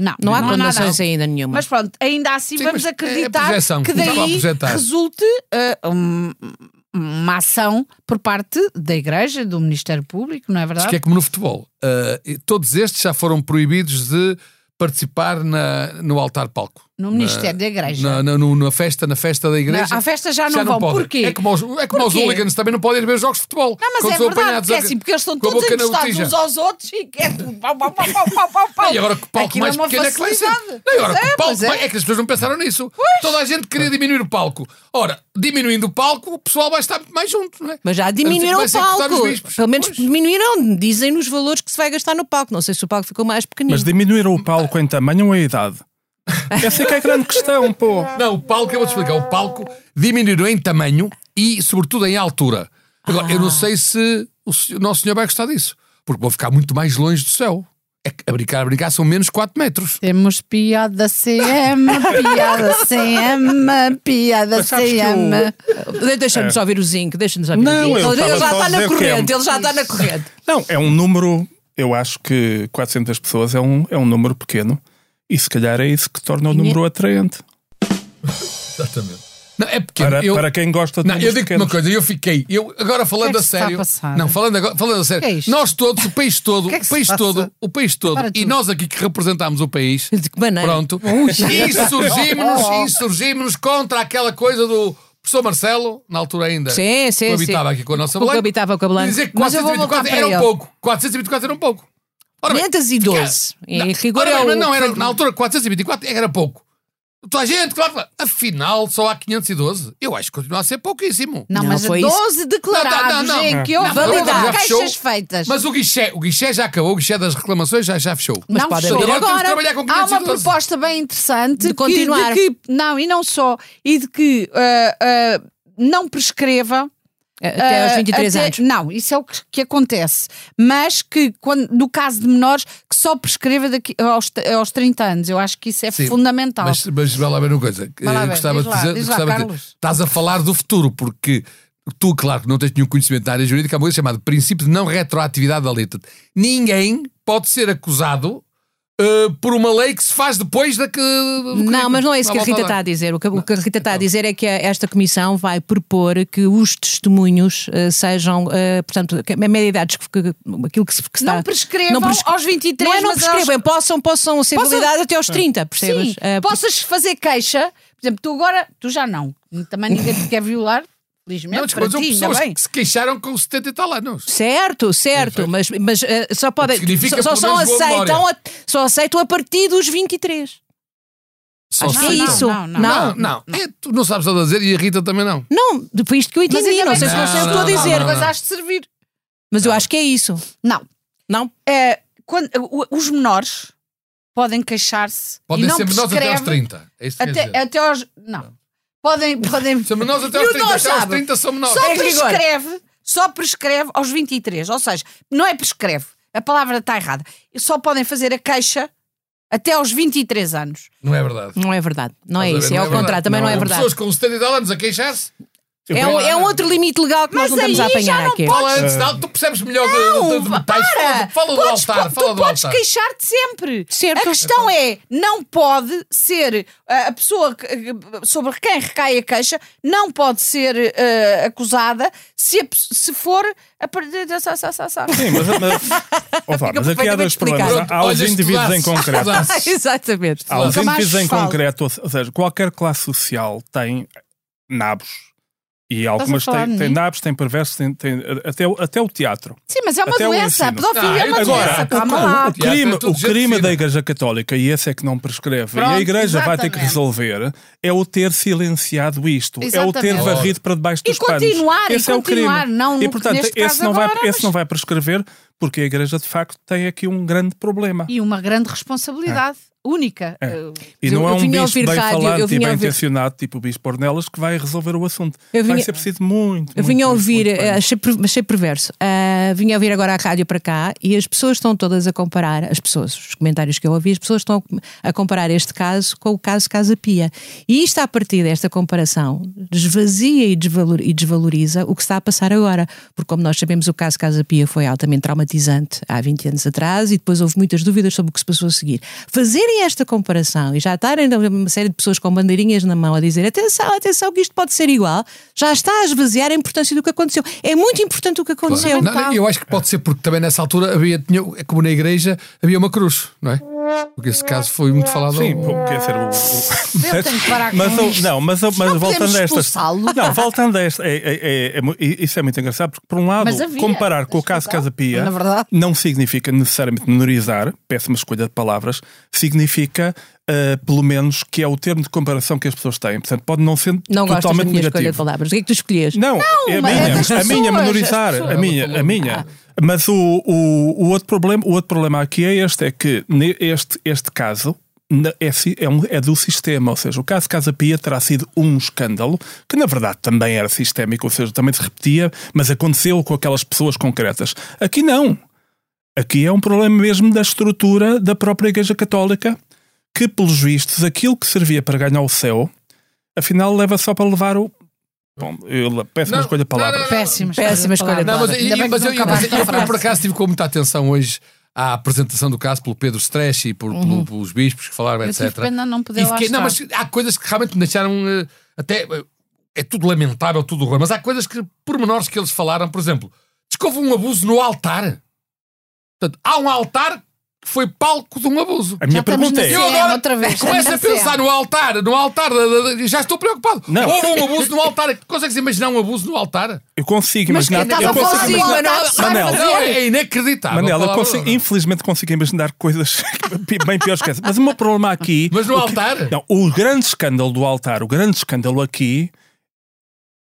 Speaker 2: Não,
Speaker 4: Não há condenações
Speaker 2: nada.
Speaker 4: ainda nenhuma.
Speaker 2: Mas pronto, ainda assim
Speaker 1: Hum. Sim,
Speaker 2: vamos
Speaker 1: mas é
Speaker 2: acreditar
Speaker 1: projeção,
Speaker 2: que
Speaker 1: não estava a
Speaker 2: daí
Speaker 1: projetar.
Speaker 2: resulte ah, um- uma ação por parte da Igreja, do Ministério Público, não é
Speaker 1: Diz
Speaker 2: verdade?
Speaker 1: que é como no futebol. Ah, e todos estes já foram proibidos de participar na, no altar-palco.
Speaker 2: No Ministério da Igreja.
Speaker 1: Na, na, no- na festa, na festa da igreja.
Speaker 2: Não, à festa já não vão.
Speaker 1: podem.
Speaker 2: Porquê?
Speaker 1: É como, os, é como os
Speaker 2: Porquê?
Speaker 1: hooligans também não podem ir ver os jogos de futebol.
Speaker 2: Não, mas
Speaker 1: quando
Speaker 2: é
Speaker 1: são
Speaker 2: verdade,
Speaker 1: apanhados
Speaker 2: porque
Speaker 1: a-
Speaker 2: é assim, porque eles estão
Speaker 1: com a
Speaker 2: todos
Speaker 1: boca na
Speaker 2: encostados
Speaker 1: botija.
Speaker 2: uns aos outros e que é tudo pau, pau, pau, pau, pau, pau, pau.
Speaker 1: E agora que o palco
Speaker 2: Aquilo
Speaker 1: mais
Speaker 2: é uma
Speaker 1: pequeno é que lá em cima.
Speaker 2: facilidade.
Speaker 1: Não, e agora que
Speaker 2: Pois é,
Speaker 1: o palco
Speaker 2: pois é.
Speaker 1: mais- é que as pessoas não pensaram nisso. Toda a gente queria diminuir o palco. Ora, diminuindo o palco, o pessoal vai estar mais junto, não é?
Speaker 4: Mas já
Speaker 1: Vai
Speaker 4: diminuíram o
Speaker 1: ser cortar os
Speaker 4: palco.
Speaker 1: bispos.
Speaker 4: Pelo menos
Speaker 1: Pois.
Speaker 4: diminuíram, dizem nos valores que se vai gastar no palco. Não sei se o palco ficou mais pequenino.
Speaker 3: Mas diminuíram o palco em tamanho ou em idade? Essa é que é a grande questão, pô.
Speaker 1: Não, o palco, eu vou-te explicar, o palco diminuiu em tamanho e, sobretudo, em altura. Agora, eu
Speaker 2: Ah.
Speaker 1: não sei se o, se- o nosso senhor vai gostar disso, porque vão ficar muito mais longe do céu. É que a brincar, a brincar são menos 4 metros.
Speaker 2: Temos piada CM, piada CM, piada
Speaker 3: Mas sabes que
Speaker 2: CM.
Speaker 4: De- Deixa-nos
Speaker 3: É.
Speaker 4: ouvir o zinco, deixa-nos ouvir
Speaker 3: Não,
Speaker 4: o zinco.
Speaker 3: eu
Speaker 4: Ele,
Speaker 3: estava
Speaker 4: já
Speaker 3: só a
Speaker 4: está na
Speaker 3: dizer que
Speaker 4: corrente,
Speaker 3: é-
Speaker 4: ele já está na corrente.
Speaker 3: Não, é um número, eu acho que 400 pessoas é um, é um número pequeno. E se calhar é isso que torna o número atraente.
Speaker 1: Exatamente. Não, é pequeno.
Speaker 3: Para,
Speaker 1: eu,
Speaker 3: para quem gosta de
Speaker 1: não, eu
Speaker 3: números
Speaker 1: digo te
Speaker 3: pequenos.
Speaker 1: uma coisa, eu fiquei. Eu, agora falando
Speaker 2: que é que
Speaker 1: a
Speaker 2: se está a
Speaker 1: sério.
Speaker 2: passar?
Speaker 1: não, falando, agora, falando a sério.
Speaker 2: que é isto?
Speaker 1: nós todos, o país todo,
Speaker 2: que é que
Speaker 1: o
Speaker 2: se
Speaker 1: país
Speaker 2: passa?
Speaker 1: todo, o país todo,
Speaker 2: Para
Speaker 1: e
Speaker 2: tudo.
Speaker 1: nós aqui que representámos o país.
Speaker 4: De que maneira?
Speaker 1: Pronto. Insurgimos-nos, insurgimos-nos contra aquela coisa do professor Marcelo, na altura ainda.
Speaker 4: Sim, sim,
Speaker 1: que
Speaker 4: sim.
Speaker 1: habitava aqui com a nossa
Speaker 4: O que
Speaker 1: Blanco,
Speaker 4: habitava com a Blanco.
Speaker 1: e Dizer que
Speaker 2: Mas eu vou
Speaker 1: 424
Speaker 2: voltar
Speaker 1: era
Speaker 2: para
Speaker 1: um
Speaker 2: ele.
Speaker 1: pouco. 424 era um pouco. Ora bem,
Speaker 4: 512. Em rigor
Speaker 1: Ora
Speaker 4: é
Speaker 1: bem,
Speaker 4: o...
Speaker 1: mas não, era, na altura 424 era pouco. Toda a gente, claro, claro. afinal só há 512. Eu acho que continua a ser pouquíssimo.
Speaker 2: Não,
Speaker 4: Não,
Speaker 2: mas
Speaker 4: foi
Speaker 2: 12
Speaker 4: isso.
Speaker 1: Não, não,
Speaker 2: declarados
Speaker 1: não, não.
Speaker 2: em que houve
Speaker 1: Não, não, já fechou.
Speaker 2: queixas feitas.
Speaker 1: Mas o guichê, o guichê já acabou, o guichê das reclamações já, já fechou.
Speaker 4: Mas
Speaker 2: não
Speaker 4: pode
Speaker 2: fechou.
Speaker 1: haver. Agora
Speaker 2: Agora,
Speaker 1: temos de trabalhar com
Speaker 2: há uma
Speaker 1: 512.
Speaker 2: proposta bem interessante
Speaker 4: De
Speaker 2: que- de
Speaker 4: continuar.
Speaker 2: que- não, e não só. E de que ah, ah, não prescreva.
Speaker 4: Até aos
Speaker 2: ah,
Speaker 4: 23
Speaker 2: até-
Speaker 4: anos.
Speaker 2: Não, isso é o que, que acontece. Mas que, quando, no caso de menores, que só prescreva daqui, aos, aos 30 anos. Eu acho que isso é
Speaker 1: Sim,
Speaker 2: fundamental.
Speaker 1: Mas, mas vai lá ver uma coisa.
Speaker 2: Vai lá
Speaker 1: Eu
Speaker 2: ver,
Speaker 1: gostava
Speaker 2: diz
Speaker 1: de
Speaker 2: lá,
Speaker 1: dizer.
Speaker 2: diz lá,
Speaker 1: gostava de-
Speaker 2: Carlos.
Speaker 1: Estás a falar do futuro, porque tu, claro, que não tens nenhum conhecimento na área jurídica, há uma coisa chamada princípio de não retroatividade da lei. Portanto, Ninguém pode ser acusado eh, por uma lei que se faz depois da que.
Speaker 4: Não, mas não é isso
Speaker 1: à
Speaker 4: que a
Speaker 1: volta
Speaker 4: Rita
Speaker 1: da-
Speaker 4: está a dizer. O que, o que a Rita está a dizer é que a- esta comissão vai propor que os testemunhos eh, sejam, eh, portanto, que a média de idades, que- que- aquilo que se que se está...
Speaker 2: não prescrevam
Speaker 4: não pres-
Speaker 2: aos 23
Speaker 4: não é não
Speaker 2: mas aos-
Speaker 4: prescrevem, possam, possam ser
Speaker 2: Possam-
Speaker 4: validadas até aos 30, percebes?
Speaker 2: Sim,
Speaker 4: Eh,
Speaker 2: possas fazer queixa. Por exemplo, tu agora, tu já não. Também ninguém te quer violar. Felizmente,
Speaker 1: Não,
Speaker 2: para
Speaker 1: desculpa, são
Speaker 2: ti, ainda
Speaker 1: pessoas
Speaker 2: bem.
Speaker 1: que se queixaram com 70 e tal anos.
Speaker 4: Certo, certo, mas, mas eh, só podem.
Speaker 1: O que significa,
Speaker 4: Só, só,
Speaker 1: pelo
Speaker 4: só
Speaker 1: menos, boa
Speaker 4: aceitam a, só aceitam a partir dos 23.
Speaker 1: Só
Speaker 4: Acho que é
Speaker 1: sei-
Speaker 4: isso.
Speaker 2: não,
Speaker 4: Não,
Speaker 2: não,
Speaker 1: Não, não. É, tu não sabes nada a dizer e a Rita também não.
Speaker 4: Não, foi isto que eu
Speaker 2: Mas
Speaker 4: entendi.
Speaker 2: ainda
Speaker 4: Não
Speaker 2: bem
Speaker 4: sei
Speaker 2: que
Speaker 4: se
Speaker 1: não,
Speaker 4: vocês
Speaker 1: não,
Speaker 4: estão a
Speaker 1: não,
Speaker 4: dizer,
Speaker 1: não,
Speaker 2: Mas has de servir.
Speaker 4: mas eu acho que é isso.
Speaker 2: Não.
Speaker 4: Não?
Speaker 2: É, quando, o- os menores podem queixar-se. e
Speaker 1: Podem
Speaker 2: não
Speaker 1: ser menores até aos
Speaker 2: prescreve
Speaker 1: 30. É isso que quer
Speaker 2: Até,
Speaker 1: dizer.
Speaker 2: até aos. Não. Podem. podem
Speaker 1: São menores até
Speaker 2: E
Speaker 1: aos
Speaker 2: o
Speaker 1: 30.
Speaker 2: nós
Speaker 1: Até aos
Speaker 2: sabe?
Speaker 1: 30 são menores.
Speaker 2: Só
Speaker 4: É rigor.
Speaker 2: prescreve. Só prescreve aos 23. Ou seja, não é prescreve. A palavra está errada. Só podem fazer a queixa até aos 23 anos.
Speaker 1: Não é verdade.
Speaker 4: Não é verdade. Não é
Speaker 1: Estás a ver?
Speaker 4: isso. É
Speaker 1: Não
Speaker 4: ao contrário, também não é verdade.
Speaker 1: Pessoas com 70 e tal anos a queixar-se.
Speaker 4: É um, é um outro limite legal que nós
Speaker 2: Mas
Speaker 4: não estamos a
Speaker 2: aí já
Speaker 4: apanhar
Speaker 2: não
Speaker 4: aqui.
Speaker 1: Fala
Speaker 3: É.
Speaker 1: antes de algo, tu percebes melhor do- do- do-
Speaker 2: Não,
Speaker 1: metais. Fala,
Speaker 2: para!
Speaker 1: do- fala do
Speaker 2: Podes-
Speaker 1: altar,
Speaker 2: tu
Speaker 1: fala do
Speaker 2: podes
Speaker 1: altar.
Speaker 2: queixar-te sempre.
Speaker 4: Certo.
Speaker 2: A questão é, não pode ser ah, a pessoa que- sobre quem recai a queixa, não pode ser ah, acusada se, a pe- se for a partir da sa- sa- sa- sa.
Speaker 3: Sim, mas, mas, Ó, vá, mas aqui há dois
Speaker 4: perfeitamente explicado.
Speaker 3: problemas. Há- Há os
Speaker 1: Olha,
Speaker 3: indivíduos em
Speaker 1: estudasse,
Speaker 3: concreto.
Speaker 1: estudasse.
Speaker 4: Exatamente.
Speaker 3: Há um os
Speaker 2: Nunca mais
Speaker 3: indivíduos em
Speaker 2: falo.
Speaker 3: concreto, ou se- ou seja, qualquer classe social tem nabos E algumas
Speaker 2: falar de
Speaker 3: têm, têm
Speaker 2: mim?
Speaker 3: nabos, têm perversos, têm, têm- até, o- até o teatro.
Speaker 2: Sim, mas é uma
Speaker 3: Até o
Speaker 2: doença. A
Speaker 3: ensino.
Speaker 1: um
Speaker 2: pedofilia é
Speaker 1: Ah,
Speaker 2: uma
Speaker 1: agora,
Speaker 2: doença.
Speaker 1: o-
Speaker 2: Calma
Speaker 1: o-
Speaker 2: lá.
Speaker 3: O crime,
Speaker 1: é tudo
Speaker 3: o crime
Speaker 1: distorcido.
Speaker 3: da Igreja Católica, e esse é que não prescreve, e
Speaker 2: Pronto,
Speaker 3: a Igreja vai ter que
Speaker 2: exatamente.
Speaker 3: resolver, é o ter silenciado isto, é o ter
Speaker 2: Exatamente.
Speaker 3: varrido para debaixo
Speaker 2: E
Speaker 3: dos panos.
Speaker 2: continuar, e
Speaker 3: esse é o crime.
Speaker 2: continuar, não
Speaker 3: e
Speaker 2: no-
Speaker 3: portanto,
Speaker 2: neste
Speaker 3: esse,
Speaker 2: caso
Speaker 3: não vai,
Speaker 2: agora,
Speaker 3: esse
Speaker 2: mas-
Speaker 3: não vai prescrever, porque a Igreja de facto tem aqui um grande problema.
Speaker 2: E uma grande responsabilidade. Única.
Speaker 3: E
Speaker 4: Eu-
Speaker 3: não é
Speaker 4: eu
Speaker 3: um
Speaker 4: vinha
Speaker 3: bispo
Speaker 4: ouvir
Speaker 3: bem
Speaker 4: rádio,
Speaker 3: falado
Speaker 4: eu
Speaker 3: e
Speaker 4: vinha
Speaker 3: bem
Speaker 4: ouvir-
Speaker 3: intencionado, tipo o bispo Ornelas, que vai resolver o assunto.
Speaker 4: Eu
Speaker 3: Vai
Speaker 4: vinha-
Speaker 3: ser preciso muito.
Speaker 4: Eu
Speaker 3: muito,
Speaker 4: vinha
Speaker 3: muito,
Speaker 4: ouvir,
Speaker 3: muito
Speaker 4: eh,
Speaker 3: bem.
Speaker 4: achei, per- achei perverso. Ah, vinha ouvir agora a rádio para cá e as pessoas estão todas a comparar, as pessoas, os comentários que eu ouvi, as pessoas estão a comparar este caso com o caso Casa Pia. E isto, a partir desta comparação, desvazia e, desvalor- e desvaloriza o que está a passar agora. Porque, como nós sabemos, o caso Casa Pia foi altamente traumatizante há 20 anos atrás e depois houve muitas dúvidas sobre o que se passou a seguir. Fazerem esta comparação e já estarem uma série de pessoas com bandeirinhas na mão a dizer atenção, atenção, que isto pode ser igual, já está a esvaziar a importância do que aconteceu. É muito importante o que aconteceu.
Speaker 1: Não, não, eu acho que pode ser porque também nessa altura havia, tinha, é como na igreja, havia uma cruz, não é? Porque esse caso foi muito falado.
Speaker 3: Sim, pô, quer dizer, o- o-
Speaker 2: Eu tenho que parar com
Speaker 3: mas, o-
Speaker 2: isto.
Speaker 3: Não, mas, mas
Speaker 2: Não podemos
Speaker 3: voltando a estas.
Speaker 2: expulsá-lo.
Speaker 3: Não, voltando a esta. É, é- é- é mu- i- isso é muito engraçado, porque, por um lado,
Speaker 2: Mas havia.
Speaker 3: comparar com o caso Casa Pia
Speaker 2: Na verdade.
Speaker 3: não significa necessariamente menorizar, péssima escolha de palavras, significa. ah, pelo menos que é o termo de comparação que as pessoas têm. Portanto, pode não ser
Speaker 4: Não gostas da
Speaker 3: totalmente
Speaker 4: minha escolha
Speaker 3: negativo.
Speaker 4: de palavras. O que é que tu escolhes?
Speaker 3: Não, é
Speaker 2: mas é
Speaker 3: a minha,
Speaker 2: das
Speaker 3: a minha
Speaker 2: pessoas, é
Speaker 3: menorizar,
Speaker 2: das
Speaker 3: a minha, a minha. Mas o, o, o outro problema, o outro problema aqui é este, é que ne- este, este caso na- é, si- é, um- é do sistema, ou seja, o caso Casa Pia terá sido um escândalo que na verdade também era sistémico, ou seja, também se repetia, mas aconteceu com aquelas pessoas concretas. Aqui não. Aqui é um problema mesmo da estrutura da própria Igreja Católica, que, pelos vistos, aquilo que servia para ganhar o céu, afinal leva só para levar o. Bom, eu peço uma
Speaker 1: Não,
Speaker 3: escolha de
Speaker 1: não, não,
Speaker 3: palavras.
Speaker 2: Péssima
Speaker 4: Péssima escolha de
Speaker 1: Não, mas,
Speaker 4: Ainda
Speaker 1: e-
Speaker 2: bem que
Speaker 1: mas eu,
Speaker 2: nunca
Speaker 1: eu-
Speaker 2: mais
Speaker 1: eu- eu, por acaso estive com muita atenção hoje à apresentação do caso pelo Pedro Stresch e por, pelo- pelos bispos que falaram,
Speaker 2: Uhum. Eu
Speaker 1: etc.
Speaker 2: tive pena não poder
Speaker 1: E
Speaker 2: lá
Speaker 1: fiquei- não, mas
Speaker 2: estar.
Speaker 1: há coisas que realmente me deixaram eh, até. eh, é tudo lamentável, tudo horror, mas há coisas que, pormenores que eles falaram, por exemplo, diz que houve um abuso no altar. Portanto, há um altar que foi palco de um abuso.
Speaker 3: A minha
Speaker 2: estamos
Speaker 3: pergunta
Speaker 2: na
Speaker 3: é.
Speaker 2: Eu- CM outra vez. é
Speaker 1: Começa a
Speaker 2: Estamos na
Speaker 1: pensar no altar, no altar, da- da- da- já estou preocupado.
Speaker 3: Não.
Speaker 1: Houve um abuso no altar. Consegues imaginar um abuso no altar?
Speaker 3: Eu consigo
Speaker 2: Mas
Speaker 3: imaginar.
Speaker 2: quem estava
Speaker 3: eu
Speaker 2: a falar
Speaker 3: consigo
Speaker 2: de
Speaker 3: imaginar-
Speaker 2: boa noite, sabe
Speaker 3: Manel,
Speaker 2: fazer-
Speaker 1: Não, é, é inacreditável.
Speaker 3: Manel, eu
Speaker 1: Palavra-
Speaker 3: consigo- infelizmente consigo imaginar coisas bem piores que essa. Mas o meu problema aqui.
Speaker 1: Mas no
Speaker 3: o que-
Speaker 1: altar?
Speaker 3: Não, o grande escândalo do altar, o grande escândalo aqui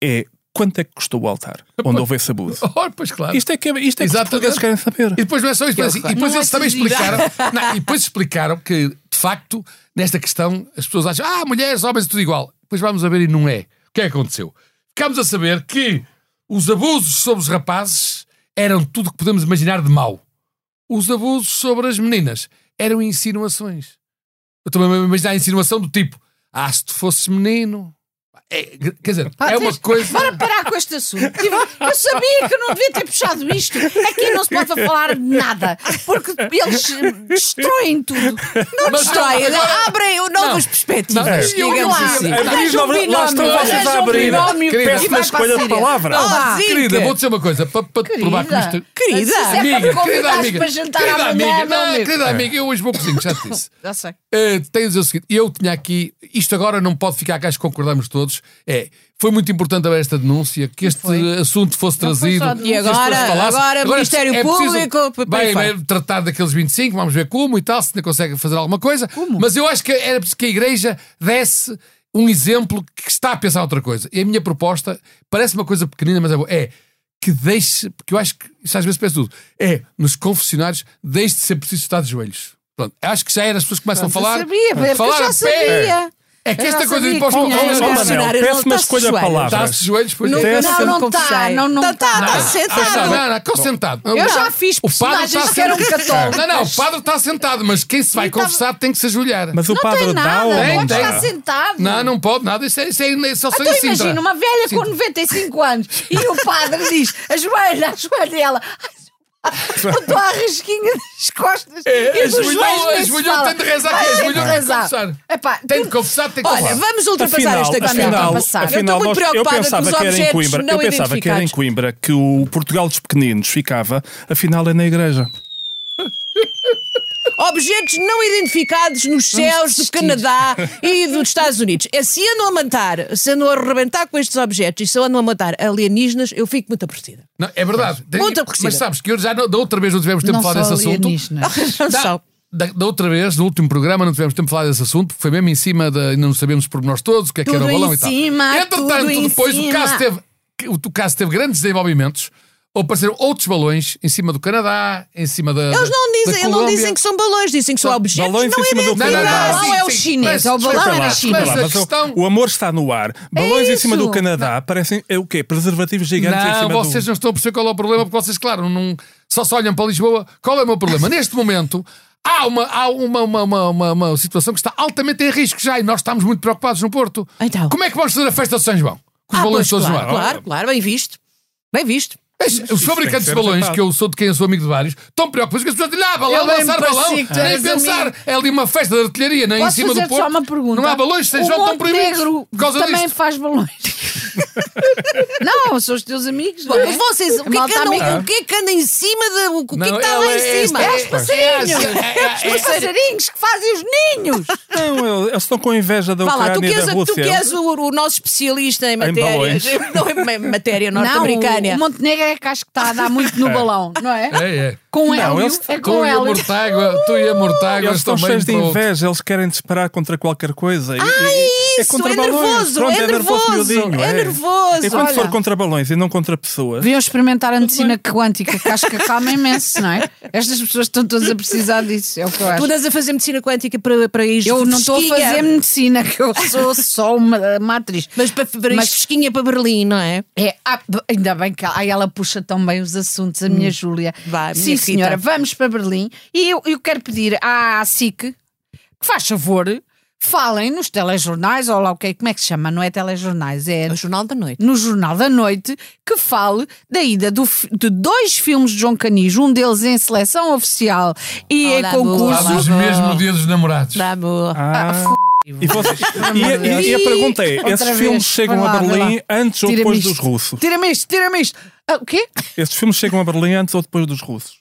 Speaker 3: é quanto é que custou o altar onde houve esse abuso.
Speaker 1: Oh, pois claro.
Speaker 3: Isto é que, isto é que os
Speaker 1: Exatamente.
Speaker 3: portugueses querem saber.
Speaker 1: E depois não é só isso, mas, assim, e depois
Speaker 2: Não
Speaker 1: eles
Speaker 2: é
Speaker 1: também
Speaker 2: preciso ir.
Speaker 1: explicaram. Não, e depois explicaram que, de facto, nesta questão, as pessoas acham, ah, mulheres, homens, é tudo igual. Depois vamos a ver e não é. O que é que aconteceu? Ficámos a saber que os abusos sobre os rapazes eram tudo o que podemos imaginar de mau. Os abusos sobre as meninas eram insinuações. Eu também me imagino a insinuação do tipo, ah, se tu fosses menino. É, quer dizer,
Speaker 2: Pá,
Speaker 1: é uma
Speaker 2: tens-
Speaker 1: coisa.
Speaker 2: Tá Bora parar com este assunto. Tive- Eu sabia que eu não devia ter puxado isto. Aqui não se pode falar de nada. Porque eles eh, destroem tudo.
Speaker 1: Não
Speaker 4: Destrói,
Speaker 1: agora-
Speaker 4: abrem o- novas
Speaker 1: Não.
Speaker 4: perspectivas,
Speaker 1: Não,
Speaker 4: digamos
Speaker 2: vamos lá.
Speaker 4: assim.
Speaker 1: é
Speaker 2: Abrir
Speaker 3: Abrir
Speaker 2: Arranja um
Speaker 3: novas- lá
Speaker 2: binómio,
Speaker 3: estão vocês
Speaker 2: arranja
Speaker 3: a
Speaker 2: um
Speaker 3: abrir.
Speaker 2: binómio,
Speaker 1: Querida,
Speaker 2: e vai
Speaker 3: Péssima escolha
Speaker 2: para
Speaker 3: de
Speaker 2: a Síria.
Speaker 3: palavra.
Speaker 4: Não,
Speaker 2: Ah,
Speaker 4: sim,
Speaker 1: Querida,
Speaker 4: que-
Speaker 1: vou dizer uma coisa, para, para te provar que isto.
Speaker 4: Querida.
Speaker 2: Mas isso é para me convidares para jantar
Speaker 1: querida
Speaker 2: amanhã,
Speaker 1: amiga,
Speaker 2: meu
Speaker 1: não,
Speaker 2: amigo.
Speaker 1: querida amiga, eu hoje vou cozinhar, já te disse.
Speaker 2: Já sei.
Speaker 1: Eh, tenho a dizer o seguinte, eu tinha aqui, isto agora não pode ficar cá, acho que concordamos todos, é, foi muito importante haver esta denúncia, que este assunto fosse
Speaker 2: Não foi só
Speaker 1: trazido.
Speaker 2: denúncia.
Speaker 1: que as
Speaker 4: E agora-
Speaker 1: pessoas falassem. é
Speaker 4: agora Ministério Público, por aí
Speaker 1: bem,
Speaker 4: fora.
Speaker 1: bem, tratar daqueles 25, vamos ver como e tal, se ainda consegue fazer alguma coisa. Mas eu acho que era preciso que a Igreja desse um exemplo que está a pensar outra coisa. E a minha proposta, parece uma coisa pequenina, mas é boa, é que deixe, porque eu acho que, isso às vezes penso tudo, é, nos confessionários, deixe de ser preciso estar de joelhos. Pronto, acho que já era, as pessoas começam a falar.
Speaker 2: Eu sabia, porque
Speaker 1: falar
Speaker 2: eu
Speaker 1: a
Speaker 2: já
Speaker 1: pé.
Speaker 2: sabia.
Speaker 1: É que
Speaker 2: Eu
Speaker 1: esta
Speaker 2: já
Speaker 1: coisa de ir
Speaker 2: sabia
Speaker 1: para os
Speaker 2: que tinha
Speaker 1: confessionários-
Speaker 3: Oh, Manel,
Speaker 4: Bolsonaro não
Speaker 3: péssima
Speaker 4: está
Speaker 3: escolha de
Speaker 4: sexual.
Speaker 1: Está-se
Speaker 3: palavras.
Speaker 1: de joelhos, pois
Speaker 3: Nunca-
Speaker 1: é.
Speaker 3: Essa
Speaker 2: Não, não
Speaker 4: não
Speaker 2: está.
Speaker 4: confessei.
Speaker 2: Não, não
Speaker 4: Tá, tá,
Speaker 2: tá.
Speaker 4: tá
Speaker 2: Não.
Speaker 1: Não,
Speaker 4: sentado.
Speaker 1: não, não, ficou sentado.
Speaker 2: Eu já fiz
Speaker 1: O padre
Speaker 2: personagens
Speaker 1: está
Speaker 2: que eram
Speaker 1: sentado.
Speaker 2: católicos.
Speaker 1: Não, não, o padre está sentado, mas quem se vai
Speaker 2: E tava-
Speaker 1: confessar tem que se ajoelhar.
Speaker 3: Mas o
Speaker 2: Não
Speaker 3: padre
Speaker 2: tem
Speaker 3: dá
Speaker 2: nada.
Speaker 3: ou
Speaker 1: Tem,
Speaker 2: Pode
Speaker 1: tem.
Speaker 2: estar sentado.
Speaker 1: Não, não pode nada. Isso é, isso é, isso é só
Speaker 2: Então
Speaker 1: em Sintra.
Speaker 2: imagina uma velha com 95 anos e o padre diz: ajoelha, ajoelha, e ela. Estou à risquinha das costas.
Speaker 1: É,
Speaker 2: e dos
Speaker 1: ajoelhou,
Speaker 2: joelhos nem se
Speaker 1: ajoelhou,
Speaker 2: fala.
Speaker 1: tem de rezar,
Speaker 2: Vai,
Speaker 1: que é,
Speaker 2: tem de
Speaker 1: ajoelhou, tem de
Speaker 2: rezar. É,
Speaker 1: confessar.
Speaker 2: Epá,
Speaker 1: Tem de confessar, tem que
Speaker 4: Olha,
Speaker 1: confessar.
Speaker 4: vamos ultrapassar
Speaker 3: Afinal,
Speaker 4: esta questão.
Speaker 2: Vamos ultrapassar.
Speaker 3: afinal,
Speaker 4: eu estou
Speaker 3: afinal, nós-
Speaker 4: muito
Speaker 3: eu
Speaker 4: preocupada com
Speaker 3: pensava
Speaker 4: os
Speaker 3: que era
Speaker 4: objetos
Speaker 3: em Coimbra.
Speaker 4: não
Speaker 3: Eu pensava que era em
Speaker 4: identificados.
Speaker 3: Coimbra que o Portugal dos pequeninos ficava, afinal é na igreja.
Speaker 5: objetos não identificados nos céus do
Speaker 4: desistir.
Speaker 5: Canadá e dos Estados Unidos. É, se andam a matar, se andam a arrebentar com estes objetos e se andam a matar alienígenas, eu fico muito aborrecida.
Speaker 1: Não, é verdade. Tem-
Speaker 5: Outra coisa.
Speaker 1: mas sabes que eu já não- da outra vez não tivemos tempo
Speaker 2: Não é?
Speaker 1: de falar
Speaker 2: só
Speaker 1: desse assunto.
Speaker 2: alienígenas.
Speaker 5: Não
Speaker 1: Da-
Speaker 5: são.
Speaker 1: Tá. Da, da outra vez, no último programa, não tivemos tempo de falar desse assunto, porque foi mesmo em cima da. Ainda não sabemos por nós todos o que é que
Speaker 2: Tudo
Speaker 1: era o balão
Speaker 2: em
Speaker 1: e tal.
Speaker 2: cima,
Speaker 1: Entretanto,
Speaker 2: tudo em
Speaker 1: depois
Speaker 2: cima.
Speaker 1: o caso teve. que- O, o caso teve grandes desenvolvimentos. Apareceram outros balões em cima do Canadá, em cima da.
Speaker 5: Eles não dizem, eles não dizem que são balões, dizem que são objetos
Speaker 3: balões
Speaker 5: não é
Speaker 3: em cima do
Speaker 5: identificados.
Speaker 3: Canadá.
Speaker 2: Não, é o chinês, é o balão
Speaker 3: Espera
Speaker 2: era
Speaker 3: lá,
Speaker 2: chinês.
Speaker 3: espera
Speaker 1: Mas
Speaker 3: lá,
Speaker 1: a
Speaker 3: mas o-
Speaker 1: questão-
Speaker 3: O amor está no
Speaker 4: É
Speaker 3: ar. Balões em cima
Speaker 2: isso.
Speaker 3: do Canadá parecem é o quê? Preservativos gigantes em
Speaker 1: Não,
Speaker 3: cima um-
Speaker 1: vocês
Speaker 3: do.
Speaker 1: não estão a perceber qual é o problema, porque vocês, claro, não, só se olham para Lisboa. Qual é o meu problema? Neste momento, há, uma, há uma, uma, uma, uma- uma situação que está altamente em risco já e nós estamos muito preocupados no Porto.
Speaker 4: Então.
Speaker 1: Como é que vamos fazer a festa de São João? Com os
Speaker 5: Ah, pois,
Speaker 1: balões todos
Speaker 5: claro,
Speaker 1: no ar.
Speaker 5: claro, claro, bem visto. Bem visto.
Speaker 1: Mas Os fabricantes de
Speaker 3: ser
Speaker 1: balões,
Speaker 3: tratado.
Speaker 1: que eu sou de quem eu sou amigo de vários, estão preocupados que as pessoas dizem: ah, balão,
Speaker 2: Eu lembro,
Speaker 1: lançar balão,
Speaker 2: parecia que tu
Speaker 1: nem
Speaker 2: eras
Speaker 1: pensar.
Speaker 2: amigo.
Speaker 1: É ali uma festa de artilharia, nem em
Speaker 2: Posso
Speaker 1: cima do
Speaker 2: fazer
Speaker 1: Porto.
Speaker 2: só uma pergunta?
Speaker 1: Não há balões, de São
Speaker 2: O
Speaker 1: João estão
Speaker 2: Monte
Speaker 1: proibidos.
Speaker 2: Negro
Speaker 1: Por causa
Speaker 2: também
Speaker 1: disto.
Speaker 2: faz balões. não, são os teus amigos. não é?
Speaker 5: Mas vocês, o que, é que
Speaker 2: Malta amiga.
Speaker 5: andam, o que é que anda em cima da. O que é que
Speaker 1: Não,
Speaker 5: está
Speaker 1: ela
Speaker 5: lá
Speaker 1: é
Speaker 5: em cima?
Speaker 1: esta-
Speaker 5: É os passarinhos.
Speaker 1: É, é, é,
Speaker 2: Os passarinhos que fazem os ninhos.
Speaker 3: Não, eles estão com inveja da
Speaker 5: Vá lá,
Speaker 3: Ucrânia
Speaker 5: tu que és,
Speaker 3: e da
Speaker 5: tu que
Speaker 3: Rússia.
Speaker 5: és o, o nosso especialista em matéria.
Speaker 3: balões.
Speaker 5: Não, em matéria
Speaker 2: Não, o
Speaker 5: norte-americana.
Speaker 2: Montenegro é que acho que está a dar muito no balão, não é?
Speaker 1: é, é.
Speaker 2: Com
Speaker 3: Não,
Speaker 2: hélio,
Speaker 3: eles-
Speaker 2: é
Speaker 1: Tu
Speaker 2: com
Speaker 1: e a
Speaker 2: hélio.
Speaker 1: Mortágua, tu e a Mortágua
Speaker 3: Eles
Speaker 1: estão
Speaker 3: estão
Speaker 1: bem
Speaker 3: cheios de
Speaker 1: para o-
Speaker 3: inveja, eles querem disparar contra qualquer coisa. Ah,
Speaker 5: isso, é nervoso,
Speaker 3: Pronto,
Speaker 5: é nervoso,
Speaker 3: miudinho,
Speaker 5: é nervoso.
Speaker 3: E quando
Speaker 2: Olha.
Speaker 3: for contra balões e não contra pessoas,
Speaker 2: Deviam experimentar a medicina quântica, que acho que acalma imenso, não é? Estas pessoas estão todas a precisar disso, é o que eu
Speaker 5: Tu
Speaker 2: acho.
Speaker 5: andas a fazer medicina quântica para, para isto.
Speaker 2: Eu não estou a
Speaker 5: fresquinha.
Speaker 2: fazer medicina, que eu sou só uma, uma atriz.
Speaker 5: Mas para, para
Speaker 2: Mas-
Speaker 5: isto fresquinha para Berlim, não é?
Speaker 2: É, ah, b- ainda bem que ai, ela puxa tão bem os assuntos, a minha Júlia.
Speaker 5: Vai,
Speaker 2: Sim,
Speaker 5: Hum. minha Rita.
Speaker 2: senhora, vamos para Berlim. E eu, eu quero pedir à SIC que faz favor, falem nos telejornais, ou lá o que é, como é que se chama? Não é telejornais, é
Speaker 5: É o Jornal da Noite.
Speaker 2: no Jornal da Noite, que fale da ida do fi- de dois filmes de João Canijo, um deles em seleção oficial e
Speaker 5: Olá,
Speaker 2: em
Speaker 5: boa,
Speaker 2: concurso.
Speaker 1: Há dos
Speaker 5: Olá,
Speaker 1: mesmo dia dos namorados.
Speaker 5: Dá boa.
Speaker 3: Ah. E, vocês- e a- e- e a pergunta é:
Speaker 2: Outra
Speaker 3: esses
Speaker 2: vez.
Speaker 3: filmes chegam
Speaker 2: Vai lá,
Speaker 3: a
Speaker 2: vai
Speaker 3: Berlim
Speaker 2: lá.
Speaker 3: antes ou
Speaker 2: Tira-me
Speaker 3: depois
Speaker 2: isto.
Speaker 3: dos russos?
Speaker 2: Tira-me isto, tira-me isto. Ah, o quê?
Speaker 3: Esses filmes chegam a Berlim antes ou depois dos russos?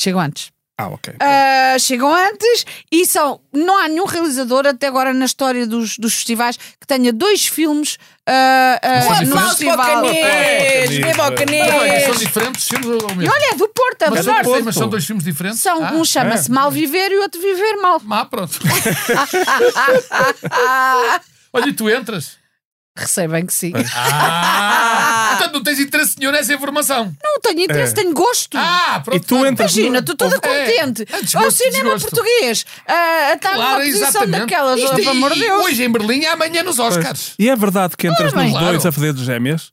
Speaker 2: Chegam antes.
Speaker 3: Ah, ok.
Speaker 2: Ah, chegam antes e são. Não há nenhum realizador até agora na história dos, dos festivais que tenha dois filmes. ah, ah,
Speaker 1: São
Speaker 2: no
Speaker 1: diferentes.
Speaker 5: Aplausos para o
Speaker 2: festival.
Speaker 5: Canês!
Speaker 3: Canês,
Speaker 5: Beba ao
Speaker 1: Não, é que são
Speaker 5: Canês!
Speaker 1: diferentes filmes ou ou
Speaker 2: E
Speaker 1: mesmo?
Speaker 2: olha, é do Porto,
Speaker 1: mas,
Speaker 2: adoro.
Speaker 1: eu sei,
Speaker 3: Porto.
Speaker 1: mas são dois filmes diferentes?
Speaker 2: São,
Speaker 1: ah,
Speaker 2: um chama-se
Speaker 3: é.
Speaker 2: Mal Viver e o outro Viver Mal.
Speaker 1: Ah, pronto. olha, e tu entras?
Speaker 2: Recebem que sim.
Speaker 1: Ah! Portanto, não tens interesse nenhum nessa informação.
Speaker 2: Não tenho interesse,
Speaker 3: É.
Speaker 2: tenho gosto.
Speaker 1: Ah, pronto.
Speaker 3: E tu entras no-
Speaker 2: Imagina, estou toda
Speaker 1: É.
Speaker 2: contente.
Speaker 1: É desgosto,
Speaker 2: Olha o cinema
Speaker 1: desgosto.
Speaker 2: português. ah, está numa
Speaker 1: Claro,
Speaker 2: posição
Speaker 1: exatamente.
Speaker 2: daquelas,
Speaker 1: Isto
Speaker 2: oh,
Speaker 1: e-
Speaker 2: pelo amor de
Speaker 1: e
Speaker 2: Deus.
Speaker 1: Hoje em Berlim e amanhã nos Oscars.
Speaker 3: E é verdade que entras
Speaker 2: Ora bem.
Speaker 3: nos dois
Speaker 1: Claro.
Speaker 3: a fazer de gêmeas?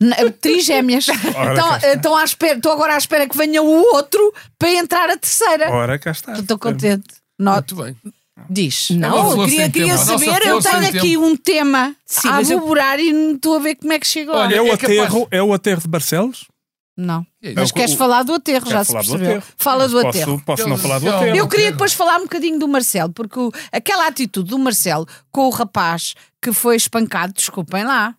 Speaker 2: Na- Trigêmeas. Então, então à espera- Estou agora à espera que venha o outro para entrar a terceira.
Speaker 3: Ora, cá está.
Speaker 2: Estou contente. Noto.
Speaker 1: Muito bem.
Speaker 2: Diz.
Speaker 1: Nossa,
Speaker 5: Não, eu queria,
Speaker 1: sem
Speaker 5: queria
Speaker 1: tema. Nossa,
Speaker 5: saber. Eu
Speaker 1: força
Speaker 5: tenho
Speaker 1: sem
Speaker 5: aqui.
Speaker 1: tema.
Speaker 2: Aqui um tema
Speaker 5: Sim,
Speaker 2: a
Speaker 5: mas eu-
Speaker 2: aborar e não estou a ver como é que chega lá.
Speaker 1: Olha,
Speaker 3: É o
Speaker 1: É capaz.
Speaker 3: aterro, é o aterro de Barcelos?
Speaker 2: Não.
Speaker 1: É isso.
Speaker 2: Mas
Speaker 3: o-
Speaker 2: queres
Speaker 3: o-
Speaker 2: falar do aterro,
Speaker 3: Quero
Speaker 2: já se
Speaker 3: falar do
Speaker 2: percebeu.
Speaker 3: aterro.
Speaker 2: Fala do aterro.
Speaker 3: Posso, posso não falar do
Speaker 1: Eu-
Speaker 3: aterro?
Speaker 2: Eu queria
Speaker 1: Pedro.
Speaker 2: depois falar um bocadinho do Marcelo, porque o- aquela atitude do Marcelo com o rapaz que foi espancado, desculpem lá.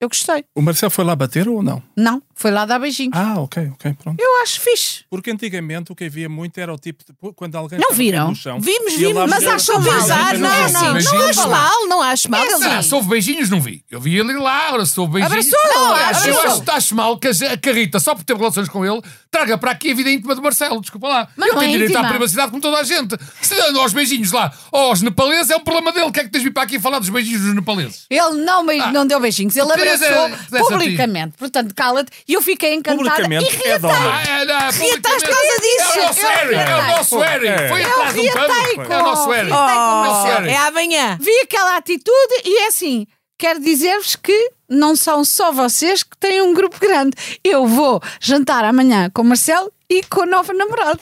Speaker 2: Eu gostei.
Speaker 3: O Marcelo foi lá bater ou não?
Speaker 2: Não, foi lá dar beijinhos.
Speaker 3: Ah, ok, ok, pronto.
Speaker 2: Eu acho fixe.
Speaker 3: Porque antigamente o que havia muito era o tipo de. Quando alguém.
Speaker 2: Não
Speaker 3: estava
Speaker 2: viram?
Speaker 3: no chão,
Speaker 5: Vimos,
Speaker 3: ia lá
Speaker 5: vimos, mas
Speaker 3: bater.
Speaker 5: acham
Speaker 2: Mas
Speaker 5: mal. Não é
Speaker 1: não, não,
Speaker 5: assim.
Speaker 1: não,
Speaker 5: Não
Speaker 1: não,
Speaker 5: acho
Speaker 1: não.
Speaker 5: mal, não acho mal. Ele-
Speaker 1: Ah, se houve beijinhos, não vi. Eu vi ele lá, ora, se houve beijinhos.
Speaker 2: Abraçou,
Speaker 1: Não, acho- eu
Speaker 2: abraçou.
Speaker 1: acho que acho mal que a a Carrita, só por ter relações com ele, traga para aqui a vida íntima do Marcelo. Desculpa lá.
Speaker 2: Mas
Speaker 1: ele
Speaker 2: não
Speaker 1: tem
Speaker 2: é
Speaker 1: direito à
Speaker 2: íntima.
Speaker 1: privacidade como toda a gente. Se dando aos beijinhos lá aos nepaleses, é um problema dele. O que é que tens de vir para aqui falar dos beijinhos dos nepaleses?
Speaker 2: Ele não, be-
Speaker 1: Ah.
Speaker 2: não deu beijinhos, ele
Speaker 1: Querias,
Speaker 2: abraçou
Speaker 1: é, dessa
Speaker 2: publicamente. Portanto, cala-te. E eu fiquei encantada e
Speaker 3: Publicamente é
Speaker 2: reatei.
Speaker 3: dólar.
Speaker 1: é, não, é,
Speaker 2: por
Speaker 1: publicamente-
Speaker 2: causa disso.
Speaker 1: É o nosso
Speaker 2: Eu
Speaker 1: Eric, é o
Speaker 2: reatei.
Speaker 1: nosso Eric. Foi
Speaker 3: Eu
Speaker 1: atrás de um
Speaker 2: reatei
Speaker 1: pano. É o
Speaker 2: com-
Speaker 1: nosso Eric.
Speaker 2: reatei com
Speaker 1: Nossa,
Speaker 2: o Marcelo.
Speaker 1: Eric.
Speaker 5: É amanhã.
Speaker 2: Vi aquela atitude e é assim. Quero dizer-vos que não são só vocês que têm um grupo grande. Eu vou jantar amanhã com o Marcelo e com a nova namorada.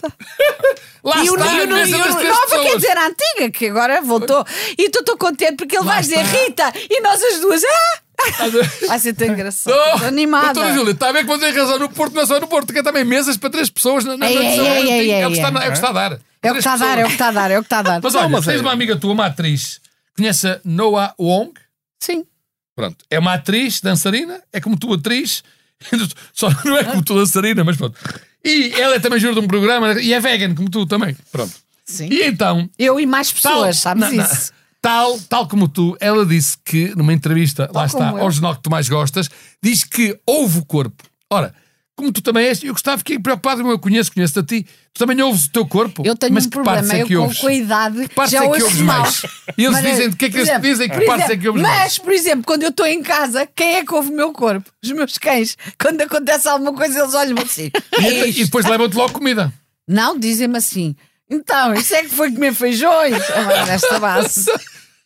Speaker 1: Lá
Speaker 2: E o
Speaker 1: Ah, está,
Speaker 2: e
Speaker 1: a
Speaker 2: o- e
Speaker 1: mesa
Speaker 2: o-
Speaker 1: das três
Speaker 2: nova quer
Speaker 1: pessoas.
Speaker 2: dizer a antiga, que agora voltou. E tu estou contente porque ele vai dizer Rita e nós as duas. Ah! Vai ser tão engraçado.
Speaker 1: Oh,
Speaker 2: Estou animada.
Speaker 1: Doutora Júlia, está a ver que vou ter razão no Porto, não é só no Porto, que é também mesas para três pessoas na, na
Speaker 2: Ei,
Speaker 1: tradição.
Speaker 2: ei, ei,
Speaker 1: é,
Speaker 2: ei,
Speaker 1: o que está,
Speaker 2: ei,
Speaker 1: na- é o que está a dar.
Speaker 2: É o que está a dar, é o que está a dar, é o que está a dar.
Speaker 1: Mas
Speaker 3: Não,
Speaker 1: olha,
Speaker 3: mas
Speaker 1: tens
Speaker 3: é-
Speaker 1: uma amiga tua, uma atriz, conhece a Noah Wong.
Speaker 2: Sim.
Speaker 1: Pronto, é uma atriz dançarina, é como tu atriz, só não é como tu dançarina, mas pronto. E ela é também juro de um programa e é vegan, como tu também. Pronto.
Speaker 2: Sim.
Speaker 1: E então,
Speaker 2: Eu e mais pessoas, sabes
Speaker 1: na- na-
Speaker 2: isso?
Speaker 1: Tal, tal como tu, ela disse que, numa entrevista, lá está,
Speaker 2: como eu.
Speaker 1: ao jornal que tu mais gostas, diz que ouve o corpo. Ora, como tu também és, eu gostava, fiquei preocupado, eu conheço, conheço-te a ti, tu também ouves o teu corpo.
Speaker 2: Eu tenho
Speaker 1: mas
Speaker 2: um
Speaker 1: que partes
Speaker 2: problema,
Speaker 1: é
Speaker 2: eu
Speaker 1: que
Speaker 2: com,
Speaker 1: ouves?
Speaker 2: com a idade
Speaker 1: partes
Speaker 2: já
Speaker 1: é que
Speaker 2: ouço
Speaker 1: ouves
Speaker 2: mal.
Speaker 1: mais? E eles dizem, de que é que
Speaker 2: por
Speaker 1: eles te dizem? Que
Speaker 2: por
Speaker 1: partes é que ouves
Speaker 2: Mas,
Speaker 1: mais?
Speaker 2: por exemplo, quando eu estou em casa, quem é que ouve o meu corpo? Os meus cães. Quando acontece alguma coisa, eles olham assim.
Speaker 1: E,
Speaker 2: "É
Speaker 1: então-
Speaker 2: isto."
Speaker 1: e depois levam-te logo comida.
Speaker 2: Não, dizem-me assim. Então, isso é que foi comer feijões? É mais nesta base.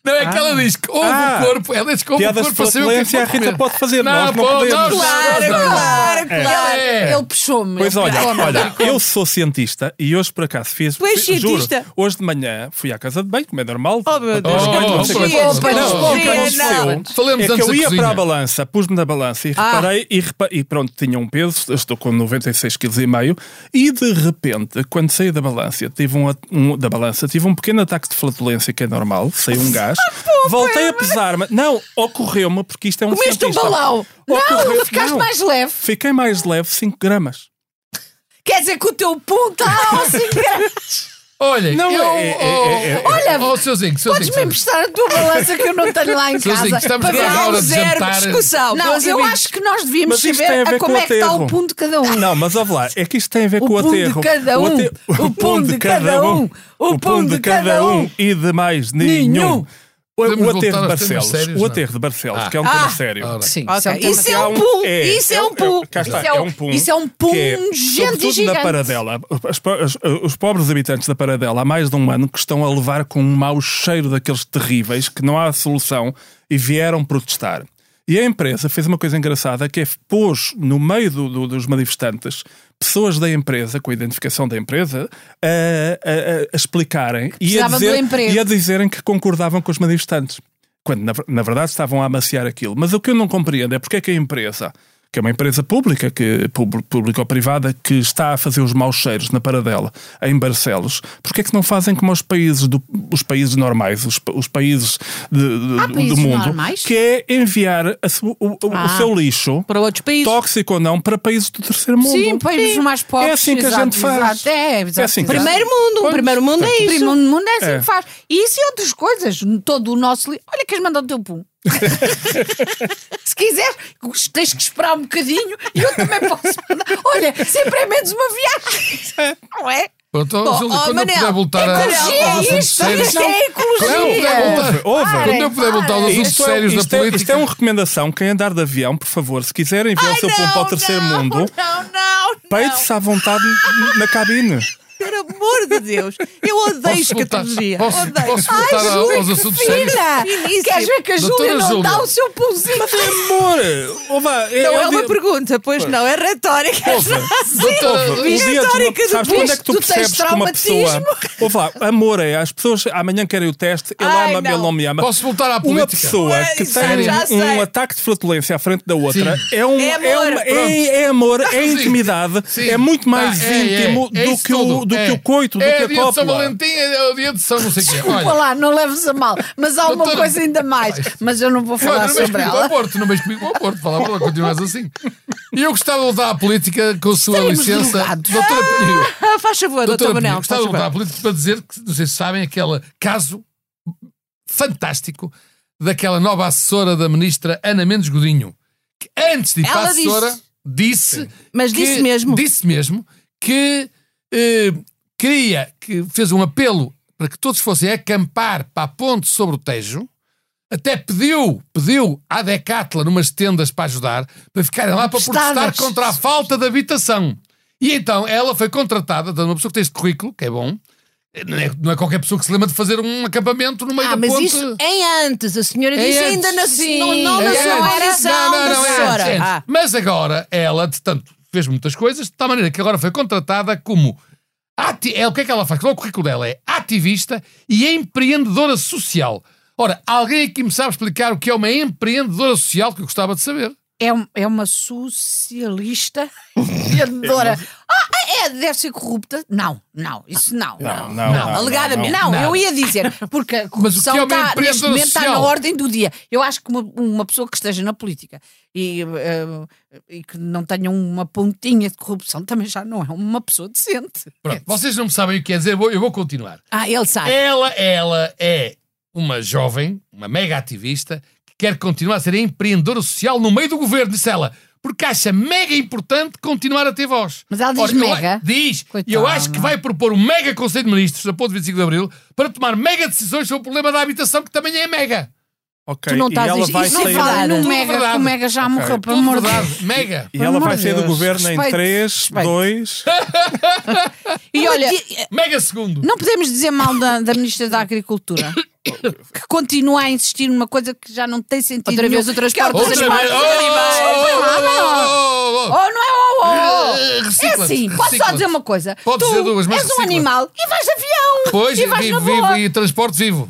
Speaker 1: Não é que ela diz que ouve
Speaker 3: Ah.
Speaker 1: o corpo, ela diz que ouve o
Speaker 3: Piadas
Speaker 1: corpo para saber o que é que vão
Speaker 3: pela polência, a Rita
Speaker 1: comer.
Speaker 3: pode fazer,
Speaker 1: não,
Speaker 3: nós não
Speaker 1: pô,
Speaker 3: podemos.
Speaker 1: Não,
Speaker 2: Claro,
Speaker 1: não, não.
Speaker 2: claro,
Speaker 1: É.
Speaker 2: claro.
Speaker 1: É.
Speaker 2: Ele puxou-me.
Speaker 3: Pois
Speaker 2: ele
Speaker 3: olha,
Speaker 2: puxou-me.
Speaker 3: olha, eu sou cientista e hoje por acaso fiz.
Speaker 5: Tu és
Speaker 3: fi- juro,
Speaker 5: cientista?
Speaker 3: hoje de manhã fui à casa de banho, como é normal.
Speaker 5: Oh, meu Deus.
Speaker 3: Depois de
Speaker 1: Oh,
Speaker 3: quatro,
Speaker 1: oh,
Speaker 3: cinco
Speaker 1: oh,
Speaker 3: horas.
Speaker 1: desculpa,
Speaker 3: Não, o que
Speaker 5: desculpa,
Speaker 3: aconteceu
Speaker 1: Falemos
Speaker 3: é que
Speaker 1: antes
Speaker 3: eu
Speaker 1: da
Speaker 3: ia
Speaker 1: cozinha.
Speaker 3: para a balança, pus-me na balança e
Speaker 5: Ah.
Speaker 3: reparei e, repa- e pronto, tinha um peso, eu estou com 96,5 kg e de repente, quando saí da balança, tive um, at- um- da balança, tive um pequeno ataque de flatulência que é normal, saiu um gás, voltei a pesar-me. Não, ocorreu-me porque isto é um
Speaker 5: Comeste um
Speaker 3: cientista.
Speaker 5: balão.
Speaker 3: Ocorreu-
Speaker 2: Não, ficaste
Speaker 3: não.
Speaker 2: mais leve.
Speaker 3: Fiquei mais leve 5 gramas.
Speaker 2: Quer dizer que o teu ah, pum está ao cigarro.
Speaker 1: Olha,
Speaker 3: Não,
Speaker 1: eu,
Speaker 3: é- é- é- é-
Speaker 1: olha, oh, seu Zinho, seu Zinho,
Speaker 2: Podes-me
Speaker 1: seu Zinho.
Speaker 2: emprestar a tua balança que eu não tenho lá em
Speaker 1: Seu Zinho,
Speaker 2: casa.
Speaker 1: estamos quase
Speaker 2: para ver
Speaker 1: à hora
Speaker 2: algo
Speaker 1: de
Speaker 2: zero.
Speaker 1: jantar.
Speaker 5: discussão.
Speaker 2: Não,
Speaker 5: meus
Speaker 2: eu
Speaker 5: amigos.
Speaker 2: acho que nós devíamos
Speaker 3: Mas isto
Speaker 2: saber
Speaker 3: tem a ver
Speaker 2: a como
Speaker 3: com
Speaker 2: é que está
Speaker 3: aterro.
Speaker 2: o pum de cada um.
Speaker 3: Não, mas ouve lá, é que isto tem a ver
Speaker 2: O
Speaker 3: com o
Speaker 2: pum de
Speaker 3: aterro.
Speaker 2: cada um.
Speaker 3: ate-
Speaker 2: O pum de cada um.
Speaker 3: O pum de cada um. E de mais nenhum.
Speaker 2: Nenhum.
Speaker 3: O,
Speaker 1: Podemos
Speaker 3: o
Speaker 1: voltar
Speaker 3: aterro de
Speaker 1: aos temas
Speaker 3: Barcelos.
Speaker 1: sérios,
Speaker 3: o
Speaker 1: não?
Speaker 3: aterro de Barcelos,
Speaker 1: Ah.
Speaker 3: que é um tema sério.
Speaker 1: Ora.
Speaker 2: Sim,
Speaker 5: Ok,
Speaker 2: isso é um
Speaker 5: isso é
Speaker 2: tema-
Speaker 5: um pum. Isso é um pum.
Speaker 3: cá está,
Speaker 2: Isso é um-
Speaker 3: pum.
Speaker 2: isso é um pum
Speaker 3: que é,
Speaker 2: nojento e
Speaker 3: sobretudo na
Speaker 2: gigante.
Speaker 3: Paradela. As po- as- eh, os pobres habitantes da Paradela há mais de um ano que estão a levar com um mau cheiro daqueles terríveis que não há solução e vieram protestar. E a empresa fez uma coisa engraçada que é pôs no meio do- do- dos manifestantes pessoas da empresa, com a identificação da empresa, a, a- a- a explicarem e a,
Speaker 2: precisavam do
Speaker 3: dizer,
Speaker 2: emprego.
Speaker 3: e a dizerem que concordavam com os manifestantes. Quando, na, ver- na verdade, estavam a amaciar aquilo. Mas o que eu não compreendo é porque é que a empresa, que é uma empresa pública, que, pub- pública ou privada, que está a fazer os maus cheiros na paradela, em Barcelos, porque é que não fazem como os países, do- os países normais, os, pa- os países, de- de-
Speaker 2: Há
Speaker 3: do-
Speaker 2: países
Speaker 3: do mundo,
Speaker 2: normais? Ah.
Speaker 3: que é enviar a su- o, o- o seu lixo,
Speaker 5: Para outros países.
Speaker 3: tóxico ou não, para países do terceiro mundo.
Speaker 2: Sim, países mais pobres.
Speaker 3: É assim que a
Speaker 2: exato,
Speaker 3: gente faz.
Speaker 2: exato, é, exato,
Speaker 3: É assim que a
Speaker 2: exato.
Speaker 5: Primeiro mundo. Um
Speaker 3: Pois.
Speaker 5: primeiro mundo é isso.
Speaker 2: Primo mundo é assim
Speaker 3: É.
Speaker 2: que faz. E isso e outras coisas. Todo o nosso. li- Olha, queres mandar o teu pum? Se quiseres, tens que esperar um bocadinho e eu também posso mandar. Olha, sempre é menos uma viagem. Não é?
Speaker 1: Pronto,
Speaker 5: Bom,
Speaker 1: Júlio,
Speaker 5: ó,
Speaker 1: quando eu
Speaker 5: Manel,
Speaker 1: puder voltar
Speaker 3: Ah, então
Speaker 1: a- aos
Speaker 2: Ecologia é
Speaker 1: assuntos
Speaker 2: isto,
Speaker 1: sérios.
Speaker 2: isto é
Speaker 1: Quando eu puder
Speaker 2: ecologia.
Speaker 1: voltar-
Speaker 3: Ouve, ouve.
Speaker 1: Quando eu puder voltar aos assuntos
Speaker 3: Isto é,
Speaker 1: sérios da
Speaker 3: isto é- isto é
Speaker 1: política.
Speaker 3: uma recomendação. Quem andar de avião, por favor, se quiserem enviar o seu pão para o terceiro
Speaker 2: não,
Speaker 3: mundo,
Speaker 2: Não, não, não.
Speaker 3: peide-se à vontade na cabine.
Speaker 5: Por amor de Deus. Eu odeio
Speaker 1: Posso voltar,
Speaker 5: escatologia.
Speaker 1: posso,
Speaker 5: Odeio. Ah,
Speaker 1: posso voltar a- aos assuntos sérios?
Speaker 2: Filha,
Speaker 5: Finíssimo.
Speaker 2: queres ver que a
Speaker 1: Doutora
Speaker 2: Júlia não
Speaker 1: Júlia.
Speaker 2: dá o seu pulzinho?
Speaker 3: Amor! ouve,
Speaker 5: Não
Speaker 3: é, é
Speaker 5: é
Speaker 3: o
Speaker 5: uma
Speaker 3: dia-
Speaker 5: pergunta, pois não, é retórica.
Speaker 1: Doutora-
Speaker 3: Ouve, o dia
Speaker 5: a
Speaker 3: de uma-
Speaker 5: histórica do
Speaker 3: sabes quando é
Speaker 5: bicho,
Speaker 3: que tu,
Speaker 5: tu tens
Speaker 3: percebes que uma pessoa.
Speaker 5: traumatismo.
Speaker 3: Ouve lá, amor é, as pessoas amanhã querem o teste, ele
Speaker 5: Ai,
Speaker 3: ama-me,
Speaker 5: não.
Speaker 3: ele não me ama.
Speaker 1: Posso voltar à
Speaker 3: Uma
Speaker 1: política?
Speaker 3: pessoa
Speaker 5: Ué,
Speaker 3: que
Speaker 5: isso
Speaker 3: tem
Speaker 5: já sei.
Speaker 3: um ataque de flatulência à frente da outra
Speaker 1: Sim.
Speaker 3: é um
Speaker 5: É amor.
Speaker 3: uma- é,
Speaker 1: Pronto.
Speaker 3: é amor, é
Speaker 1: Sim.
Speaker 3: intimidade,
Speaker 1: Sim.
Speaker 3: é muito mais
Speaker 1: Tá, é,
Speaker 3: íntimo
Speaker 1: é, é
Speaker 3: do,
Speaker 1: isso
Speaker 3: que o,
Speaker 1: tudo,
Speaker 3: do
Speaker 1: é.
Speaker 3: que o coito, do
Speaker 1: é
Speaker 3: que a
Speaker 1: dia de São
Speaker 3: cópula.
Speaker 1: Valentim, é o dia de São não sei o quê.
Speaker 2: Desculpa lá, não leves a mal. Mas há uma
Speaker 1: Doutora-
Speaker 2: coisa ainda mais. Mas eu não vou falar
Speaker 1: Olha, não vais
Speaker 2: sobre
Speaker 1: comigo ao
Speaker 2: ela.
Speaker 1: Porto, não vais comigo ao Porto, fala lá, continuas assim. E eu gostava de voltar à política com a sua
Speaker 2: Estaremos
Speaker 1: licença.
Speaker 2: drogados.
Speaker 1: Doutora Pinheiro,
Speaker 5: Ah, faz favor, doutor
Speaker 1: doutora Pinheiro,
Speaker 5: Manel.
Speaker 1: gostava
Speaker 5: faz
Speaker 1: de voltar à
Speaker 5: favor.
Speaker 1: política para dizer que, não sei se sabem, aquele caso fantástico daquela nova assessora da ministra Ana Mendes Godinho, que antes de ir para a
Speaker 5: Ela disse.
Speaker 1: assessora disse,
Speaker 5: Mas
Speaker 1: que-
Speaker 5: disse mesmo.
Speaker 1: disse mesmo que eh, queria, que fez um apelo para que todos fossem acampar para a ponte sobre o Tejo, até pediu, pediu à Decathlon umas tendas para ajudar, para ficarem lá para protestar
Speaker 2: Estavas.
Speaker 1: contra a falta de habitação. E então ela foi contratada, portanto, uma pessoa que tem este currículo, que é bom, não é, não é qualquer pessoa que se lembra de fazer um acampamento no meio
Speaker 5: Ah,
Speaker 1: da
Speaker 5: mas
Speaker 1: ponte.
Speaker 5: isso em antes. A senhora
Speaker 1: É
Speaker 5: disse
Speaker 1: antes.
Speaker 5: ainda na,
Speaker 2: Sim.
Speaker 5: não, não
Speaker 2: É
Speaker 5: na
Speaker 1: antes.
Speaker 5: sua
Speaker 1: Não,
Speaker 5: oração
Speaker 1: não, não,
Speaker 5: da
Speaker 1: é
Speaker 5: senhora.
Speaker 1: antes, é antes.
Speaker 5: Ah,
Speaker 1: Mas agora, ela, portanto, fez muitas coisas, de tal maneira que agora foi contratada como. ati- É, o que é que ela faz? Qual é o currículo dela? É ativista e empreendedora é social. Ora, alguém aqui me sabe explicar o que é uma empreendedora social que eu gostava de saber?
Speaker 2: é, um- é uma socialista vendedora. Ah, é, deve ser corrupta. Não, não, isso não.
Speaker 3: Não, não, não,
Speaker 2: Alegadamente. Não, eu ia dizer, porque a corrupção
Speaker 1: que é uma
Speaker 2: está,
Speaker 1: empresa
Speaker 2: neste momento está na
Speaker 1: social?
Speaker 2: ordem do dia. Eu acho que uma, uma pessoa que esteja na política e, eh, e que não tenha uma pontinha de corrupção também já não é uma pessoa decente. É,
Speaker 1: Pronto, É, vocês não sabem o que quer dizer, vou- eu vou continuar.
Speaker 5: Ah, ele sabe.
Speaker 1: Ela, ela é uma jovem, uma mega ativista, que quer continuar a ser empreendedora social no meio do governo, disse ela, porque acha mega importante continuar a ter voz.
Speaker 2: Mas ela diz
Speaker 1: eu a-
Speaker 2: mega?
Speaker 1: Diz. E
Speaker 2: Coitada.
Speaker 1: eu acho que vai propor um mega Conselho de Ministros, após 25 de Abril, para tomar mega decisões sobre o problema da habitação, que também é mega.
Speaker 3: Ok,
Speaker 5: Tu não
Speaker 3: e
Speaker 5: estás a
Speaker 3: ela
Speaker 5: dizer-
Speaker 3: vai
Speaker 5: isso não
Speaker 2: Não
Speaker 3: sair-
Speaker 2: fala
Speaker 5: verdade.
Speaker 2: no
Speaker 5: Tudo
Speaker 2: mega, que o
Speaker 1: verdade.
Speaker 2: mega já morreu, pelo
Speaker 1: Tudo
Speaker 2: amor de Deus.
Speaker 1: É verdade, mega.
Speaker 3: E ela
Speaker 2: amor
Speaker 3: vai
Speaker 2: de
Speaker 3: sair do
Speaker 2: Deus,
Speaker 3: governo em
Speaker 2: respeite,
Speaker 3: 3,
Speaker 2: respeite.
Speaker 3: 2.
Speaker 2: E olha,
Speaker 1: Mega segundo.
Speaker 2: não podemos dizer mal da, da Ministra da Agricultura. Que continua a insistir numa coisa que já não tem sentido.
Speaker 5: Outra vez
Speaker 2: nenhum,
Speaker 5: o transporte
Speaker 2: que é o
Speaker 5: dos
Speaker 1: Outra
Speaker 5: animais.
Speaker 1: vez. Oh, oh, oh, oh, oh, oh.
Speaker 2: Oh, não é? Oh, oh, oh. É
Speaker 1: Recicla-te,
Speaker 2: assim, posso só
Speaker 1: recicla-te.
Speaker 2: dizer uma coisa?
Speaker 1: Podes
Speaker 2: tu
Speaker 1: dizer duas, mas
Speaker 2: és um
Speaker 1: recicla-te.
Speaker 2: animal e vais de avião.
Speaker 1: Pois,
Speaker 2: e vais na
Speaker 1: vivo,
Speaker 2: boa.
Speaker 1: vivo e transporte vivo.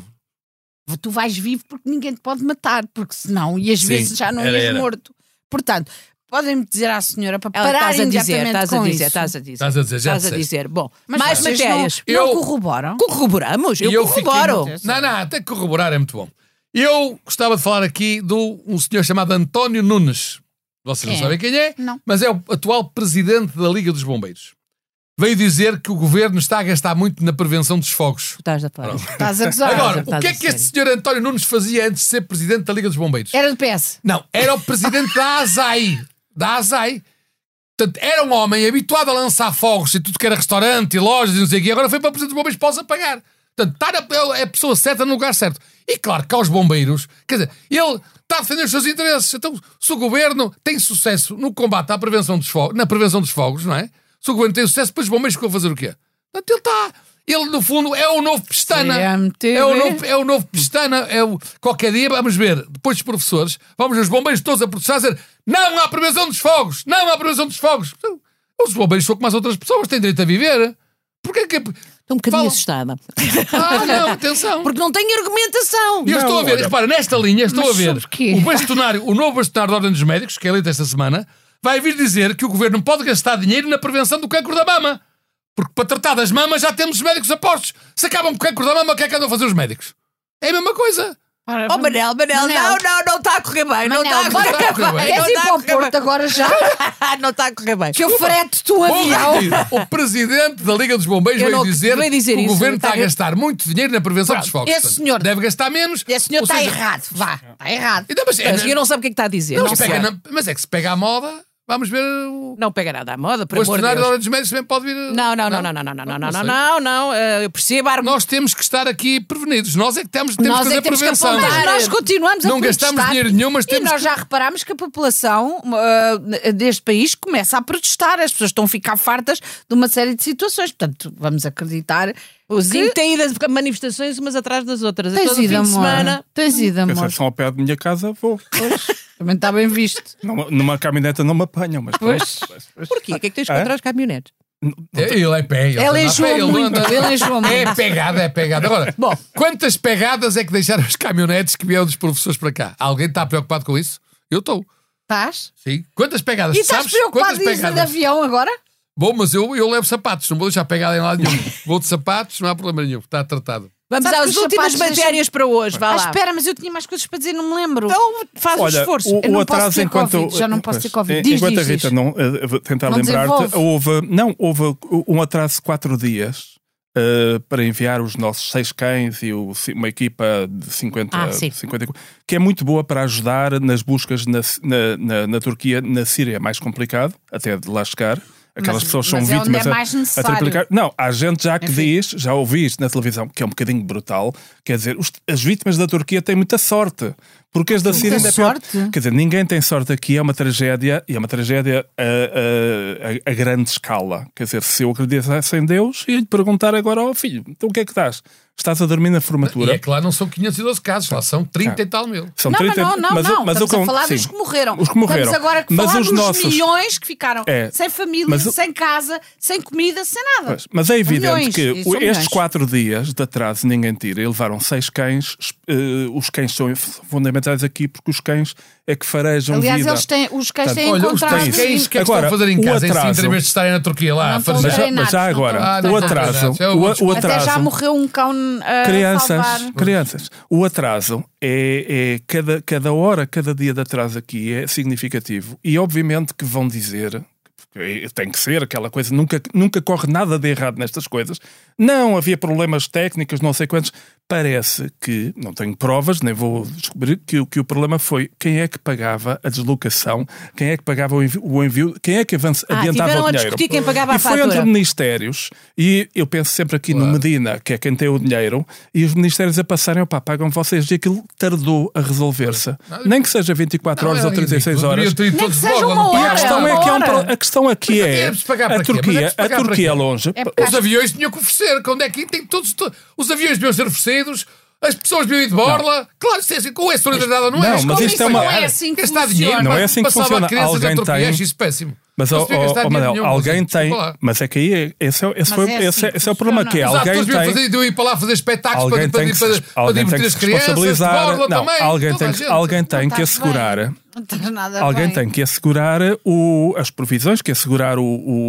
Speaker 2: Tu vais vivo porque ninguém te pode matar, porque senão ias
Speaker 1: Sim,
Speaker 2: vezes já não
Speaker 1: era,
Speaker 2: ias
Speaker 1: era.
Speaker 2: morto. Portanto, podem-me dizer à senhora para
Speaker 5: Ela
Speaker 2: parar
Speaker 5: estás a dizer,
Speaker 2: imediatamente
Speaker 5: estás a
Speaker 2: com
Speaker 5: dizer,
Speaker 2: isso.
Speaker 5: estás a dizer.
Speaker 1: Estás a dizer, já
Speaker 5: Estás a
Speaker 1: disseste.
Speaker 5: dizer. Bom,
Speaker 2: Mas
Speaker 5: mais
Speaker 2: vocês
Speaker 5: matérias.
Speaker 2: Não, não
Speaker 1: Eu-
Speaker 2: corroboram?
Speaker 5: Corroboramos? Eu,
Speaker 1: fiquei
Speaker 5: corroboro.
Speaker 1: muito- Não, não, até corroborar é muito bom. Eu gostava de falar aqui de um senhor chamado António Nunes. Vocês não
Speaker 2: É.
Speaker 1: sabem quem é,
Speaker 2: Não.
Speaker 1: mas é o atual presidente da Liga dos Bombeiros. Veio dizer que o governo está a gastar muito na prevenção dos fogos.
Speaker 4: Estás a falar.
Speaker 2: Ah, Estás a gozar.
Speaker 1: Agora, o
Speaker 4: estás
Speaker 1: que
Speaker 4: a
Speaker 1: é que
Speaker 4: sério.
Speaker 1: este senhor António Nunes fazia antes de ser presidente da Liga dos Bombeiros?
Speaker 2: Era do PS.
Speaker 1: Não, era o presidente da ASAI. Da ASAI. Portanto, era um homem habituado a lançar fogos e tudo que era restaurante e lojas e não sei o quê. Agora foi para o presidente dos bombeiros para os apagar. Portanto, está na- é a pessoa certa no lugar certo. E claro que aos bombeiros, quer dizer, ele está a defender os seus interesses. Então, se o governo tem sucesso no combate à prevenção dos fogos, na prevenção dos fogos, não é? Se o governo tem sucesso, depois os bombeiros vão fazer o quê? Portanto, ele está... Ele, no fundo, é o novo Pestana.
Speaker 2: CMTV.
Speaker 1: É o novo é o novo Pestana. É o... Qualquer dia vamos ver, depois dos professores, vamos ver os bombeiros todos a protestar a dizer não há prevenção dos fogos, não há prevenção dos fogos. Então, Os bombeiros são como as outras pessoas, têm direito a viver. Porquê que...
Speaker 4: Estou um bocadinho
Speaker 1: Fala.
Speaker 4: assustada.
Speaker 1: Ah, não, atenção.
Speaker 5: Porque não tem argumentação.
Speaker 1: E eu estou a ver,
Speaker 3: olha-
Speaker 1: repara, nesta linha estou a
Speaker 2: Mas
Speaker 1: ver
Speaker 2: sobre quê?
Speaker 1: o bastonário, o novo bastonário da Ordem dos Médicos, que é eleito esta semana, vai vir dizer que o governo pode gastar dinheiro na prevenção do cancro da mama. Porque para tratar das mamas já temos os médicos apostos. Se acabam com o cancro da mama, o que é que andam a fazer os médicos? É a mesma coisa.
Speaker 5: Oh, Manel, Manel,
Speaker 2: Manel.
Speaker 5: não, não, não está a correr bem. Não
Speaker 2: Manel,
Speaker 5: está a
Speaker 1: bora cá,
Speaker 5: correr bem.
Speaker 2: Queres
Speaker 5: não
Speaker 2: ir
Speaker 5: está
Speaker 2: É assim para
Speaker 5: a
Speaker 2: o Porto agora já?
Speaker 5: correr- Não está a correr bem.
Speaker 2: Que eu freto-te um
Speaker 1: Vou
Speaker 2: avião.
Speaker 1: repetir. O presidente da Liga dos Bombeiros
Speaker 5: Eu
Speaker 1: veio
Speaker 5: não-
Speaker 1: dizer,
Speaker 5: veio dizer
Speaker 1: que o
Speaker 5: isso,
Speaker 1: governo
Speaker 5: está
Speaker 1: está a
Speaker 5: a-
Speaker 1: gastar muito dinheiro na prevenção dos fogos.
Speaker 2: esse
Speaker 1: Portanto,
Speaker 2: senhor-
Speaker 1: Deve gastar menos.
Speaker 2: Esse senhor
Speaker 1: ou
Speaker 2: está
Speaker 1: seja-
Speaker 2: errado, vá, está errado.
Speaker 1: Então, mas, é,
Speaker 5: Mas eu não sabe o que é que está a dizer.
Speaker 1: não
Speaker 5: tá Não,
Speaker 1: se pega
Speaker 5: sabe.
Speaker 1: na- mas é que se pega à moda, vamos ver o...
Speaker 5: Não pega nada à moda, por
Speaker 1: O
Speaker 5: amor de
Speaker 1: bastonário da
Speaker 5: Deus.
Speaker 1: Hora dos Médicos também pode vir. a-
Speaker 5: Não, não, não, não, não, não, não, não, não, não,
Speaker 1: sei.
Speaker 5: não, não, eh, Eu percebo a argumentação.
Speaker 1: Nós temos que estar aqui prevenidos. Nós é que temos, temos
Speaker 2: Nós
Speaker 1: que
Speaker 2: é
Speaker 1: fazer
Speaker 2: que temos que
Speaker 1: prevenção.
Speaker 2: apontar. Nós continuamos a
Speaker 1: Não gastamos
Speaker 2: protestar.
Speaker 1: dinheiro nenhum, mas
Speaker 2: E
Speaker 1: temos
Speaker 2: nós já reparámos que a população ah,
Speaker 5: eh,
Speaker 2: deste país começa a protestar. As pessoas estão a ficar fartas de uma série de situações. Portanto, vamos acreditar.
Speaker 5: O Zinho
Speaker 2: que-
Speaker 5: tem ido a manifestações umas atrás das outras. a
Speaker 2: Tens
Speaker 5: todo fim
Speaker 2: ido,
Speaker 5: de
Speaker 2: amor.
Speaker 5: semana.
Speaker 2: Tens ido,
Speaker 3: Pensei,
Speaker 2: amor.
Speaker 3: são ao pé da minha casa, vou.
Speaker 2: Também está bem visto.
Speaker 3: Numa, numa caminhoneta não me apanham, mas pois.
Speaker 5: Porquê? O que é que tens contra os caminhonetes?
Speaker 1: É, Ele é pé. Ele, anda
Speaker 2: Ela
Speaker 1: a
Speaker 2: enjoou
Speaker 1: pé, ele
Speaker 2: muito,
Speaker 1: anda-
Speaker 2: ele enjoou
Speaker 1: É
Speaker 2: muito.
Speaker 1: pegada, é pegada. Agora, Bom, quantas pegadas é que deixaram os caminhonetes que vieram dos professores para cá? Alguém está preocupado com isso? Eu estou.
Speaker 2: Estás?
Speaker 1: Sim. Quantas pegadas?
Speaker 2: E estás
Speaker 1: Sabes
Speaker 2: preocupado
Speaker 1: quantas
Speaker 2: de ir de
Speaker 1: pegadas?
Speaker 2: avião agora?
Speaker 1: Bom, mas eu, eu levo sapatos, não vou deixar pegada em lado nenhum. vou de sapatos, não há problema nenhum, está tratado.
Speaker 5: Vamos
Speaker 2: Sabes que
Speaker 5: às
Speaker 2: os
Speaker 5: últimas
Speaker 2: sapatos deixam-
Speaker 5: matérias para hoje, vá
Speaker 2: Ah,
Speaker 5: lá.
Speaker 2: espera, mas eu tinha mais coisas para dizer, não me lembro.
Speaker 5: Então faz o
Speaker 3: Olha,
Speaker 5: esforço.
Speaker 3: o,
Speaker 2: Eu não
Speaker 3: o
Speaker 2: posso
Speaker 3: atraso
Speaker 2: ter
Speaker 3: enquanto
Speaker 2: Covid, já não posso ter Covid.
Speaker 3: en-
Speaker 2: Diz,
Speaker 3: enquanto
Speaker 2: diz,
Speaker 3: a Rita
Speaker 2: diz.
Speaker 3: não eh, vou tentar
Speaker 2: Não
Speaker 3: lembrar-te,
Speaker 2: desenvolve.
Speaker 3: houve não houve um atraso de quatro dias eh, para enviar os nossos seis cães e o- uma equipa de 50,
Speaker 4: Ah, sim.
Speaker 3: 50 que é muito boa para ajudar nas buscas na, na, na- na Turquia, na Síria é mais complicado até de lá chegar. Aquelas
Speaker 2: Mas-
Speaker 3: pessoas são
Speaker 2: mas é onde
Speaker 3: vítimas
Speaker 2: é
Speaker 3: a-
Speaker 2: mais
Speaker 3: a,
Speaker 2: necessário.
Speaker 3: triplicar não, há gente já que diz, já ouvi isto na televisão, que é um bocadinho brutal. Quer dizer, os- as vítimas da Turquia têm muita sorte. Porque as da Síria ainda é pior.
Speaker 2: sorte?
Speaker 3: Quer dizer, ninguém tem sorte aqui, é uma tragédia, e é uma tragédia a, a- a- a grande escala. Quer dizer, se eu acreditasse em Deus, ia lhe perguntar agora ao filho: "Oh, então o que é que estás? Estás a dormir na formatura.
Speaker 1: E é que lá não são 512 casos, lá são 30 e tal mil.
Speaker 3: São
Speaker 2: Não, mas
Speaker 3: 30,
Speaker 2: não, não,
Speaker 3: mas o-
Speaker 2: não.
Speaker 3: mas o
Speaker 2: Estamos a
Speaker 3: con-
Speaker 2: falar dos
Speaker 3: sim.
Speaker 2: que morreram.
Speaker 3: Os que morreram.
Speaker 2: Estamos agora a
Speaker 3: mas
Speaker 2: falar
Speaker 3: os
Speaker 2: dos
Speaker 3: nossos,
Speaker 2: milhões que ficaram
Speaker 3: É.
Speaker 2: sem família,
Speaker 3: Mas o-
Speaker 2: sem casa, sem comida, sem nada.
Speaker 3: Pois, mas é evidente
Speaker 2: Milhões,
Speaker 3: que
Speaker 2: e
Speaker 3: o-
Speaker 2: são
Speaker 3: estes
Speaker 2: milhões.
Speaker 3: quatro dias de atraso ninguém tira. E levaram seis cães. es- eh, os cães são f- fundamentais aqui porque os cães é que farejam
Speaker 2: Aliás,
Speaker 3: vida.
Speaker 2: eles têm, os cães têm
Speaker 3: Portanto,
Speaker 1: Olha, os
Speaker 2: encontrado.
Speaker 3: têm
Speaker 1: cães,
Speaker 3: isso.
Speaker 1: o que é que estão
Speaker 3: Agora,
Speaker 1: a fazer em
Speaker 3: o
Speaker 1: casa em
Speaker 3: atraso-
Speaker 1: Sintra em vez de estarem na Turquia lá
Speaker 2: Não
Speaker 1: a
Speaker 2: estão
Speaker 1: fazer?
Speaker 3: mas, já,
Speaker 2: treinados,
Speaker 3: mas já
Speaker 2: não
Speaker 3: agora,
Speaker 2: estão
Speaker 3: o
Speaker 1: treinados.
Speaker 3: atraso,
Speaker 1: Ah, já, já é
Speaker 3: o, a-
Speaker 1: outro.
Speaker 3: o
Speaker 2: Até
Speaker 3: atraso
Speaker 2: já morreu um cão a
Speaker 3: crianças,
Speaker 2: salvar.
Speaker 3: crianças. O atraso é, é cada, cada hora, cada dia de atraso aqui é significativo. E obviamente que vão dizer. porque Tem que ser aquela coisa, nunca, nunca corre nada de errado nestas coisas. Não havia problemas técnicos, não sei quantos. Parece que, não tenho provas, nem vou descobrir, que, o- que o problema foi quem é que pagava a deslocação, quem é que pagava o envi- o envio, quem é que avança,
Speaker 5: Ah,
Speaker 3: adiantava
Speaker 5: tiveram
Speaker 3: o
Speaker 5: a
Speaker 3: dinheiro.
Speaker 5: discutir quem pagava
Speaker 3: e
Speaker 5: a
Speaker 3: foi entre
Speaker 5: fatura.
Speaker 3: ministérios, e eu penso sempre aqui no Medina, que é quem tem o dinheiro, e os ministérios a passarem, opá, pagam vocês, e aquilo tardou a resolver-se. Nem que seja 24 horas
Speaker 1: Não,
Speaker 3: ou
Speaker 1: é
Speaker 3: 36
Speaker 1: ridículo.
Speaker 3: horas.
Speaker 1: Deveriam ter ido
Speaker 2: Nem que
Speaker 1: todos
Speaker 2: seja
Speaker 1: logo,
Speaker 2: uma
Speaker 1: não
Speaker 2: hora.
Speaker 3: E a
Speaker 1: pagaram.
Speaker 3: questão, é que é um,
Speaker 2: Ora.
Speaker 3: pro- a questão aqui
Speaker 1: Mas é
Speaker 3: é.
Speaker 1: preciso pagar para
Speaker 3: A
Speaker 1: quê? Mas é
Speaker 3: Turquia,
Speaker 1: preciso
Speaker 3: a
Speaker 1: pagar para
Speaker 3: Turquia é
Speaker 1: quê?
Speaker 3: longe.
Speaker 2: É porque
Speaker 1: Os aviões tinham que oferecer. Quando é que tem todos, to- os aviões deviam ser oferecidos? As pessoas deviam ir de borla? Claro, se é assim, ou é solidariedade ou não,
Speaker 3: Não,
Speaker 1: é.
Speaker 3: mas
Speaker 1: como
Speaker 3: isto é
Speaker 1: foi
Speaker 3: uma-
Speaker 1: pagar?
Speaker 2: Não é assim que
Speaker 1: Gastar
Speaker 2: funciona.
Speaker 1: dinheiro,
Speaker 3: Não é assim que
Speaker 1: passava
Speaker 3: funciona.
Speaker 1: crianças na
Speaker 3: Alguém
Speaker 1: Turquia,
Speaker 3: tem-
Speaker 1: acho isso é péssimo.
Speaker 3: Mas
Speaker 1: Não
Speaker 3: ó,
Speaker 1: se devia
Speaker 3: ó,
Speaker 1: gastar
Speaker 3: ó,
Speaker 1: dinheiro
Speaker 3: Manel,
Speaker 1: nenhum,
Speaker 3: alguém
Speaker 1: assim,
Speaker 3: tem.
Speaker 1: desculpa lá.
Speaker 3: Mas é que aí é- esse é, o- esse
Speaker 2: Mas
Speaker 3: foi-
Speaker 2: é assim
Speaker 3: esse é-
Speaker 2: que
Speaker 3: esse é o problema que é.
Speaker 1: Os
Speaker 3: Alguém
Speaker 1: atores deviam
Speaker 3: tem.
Speaker 1: fazer, deviam ir para lá fazer espetáculos
Speaker 3: Alguém
Speaker 1: para, para,
Speaker 3: tem que
Speaker 1: para,
Speaker 3: se-
Speaker 1: para
Speaker 3: alguém tem
Speaker 1: divertir
Speaker 3: que
Speaker 1: as
Speaker 3: se
Speaker 1: crianças, de
Speaker 3: responsabilizar.
Speaker 1: borla
Speaker 3: Não,
Speaker 1: também.
Speaker 3: alguém
Speaker 1: toda
Speaker 3: tem
Speaker 1: a
Speaker 3: que-
Speaker 1: gente.
Speaker 3: alguém tem que
Speaker 2: estás bem.
Speaker 3: assegurar.
Speaker 2: Não estás nada
Speaker 3: Alguém
Speaker 2: bem.
Speaker 3: tem que assegurar o- as provisões, que assegurar o-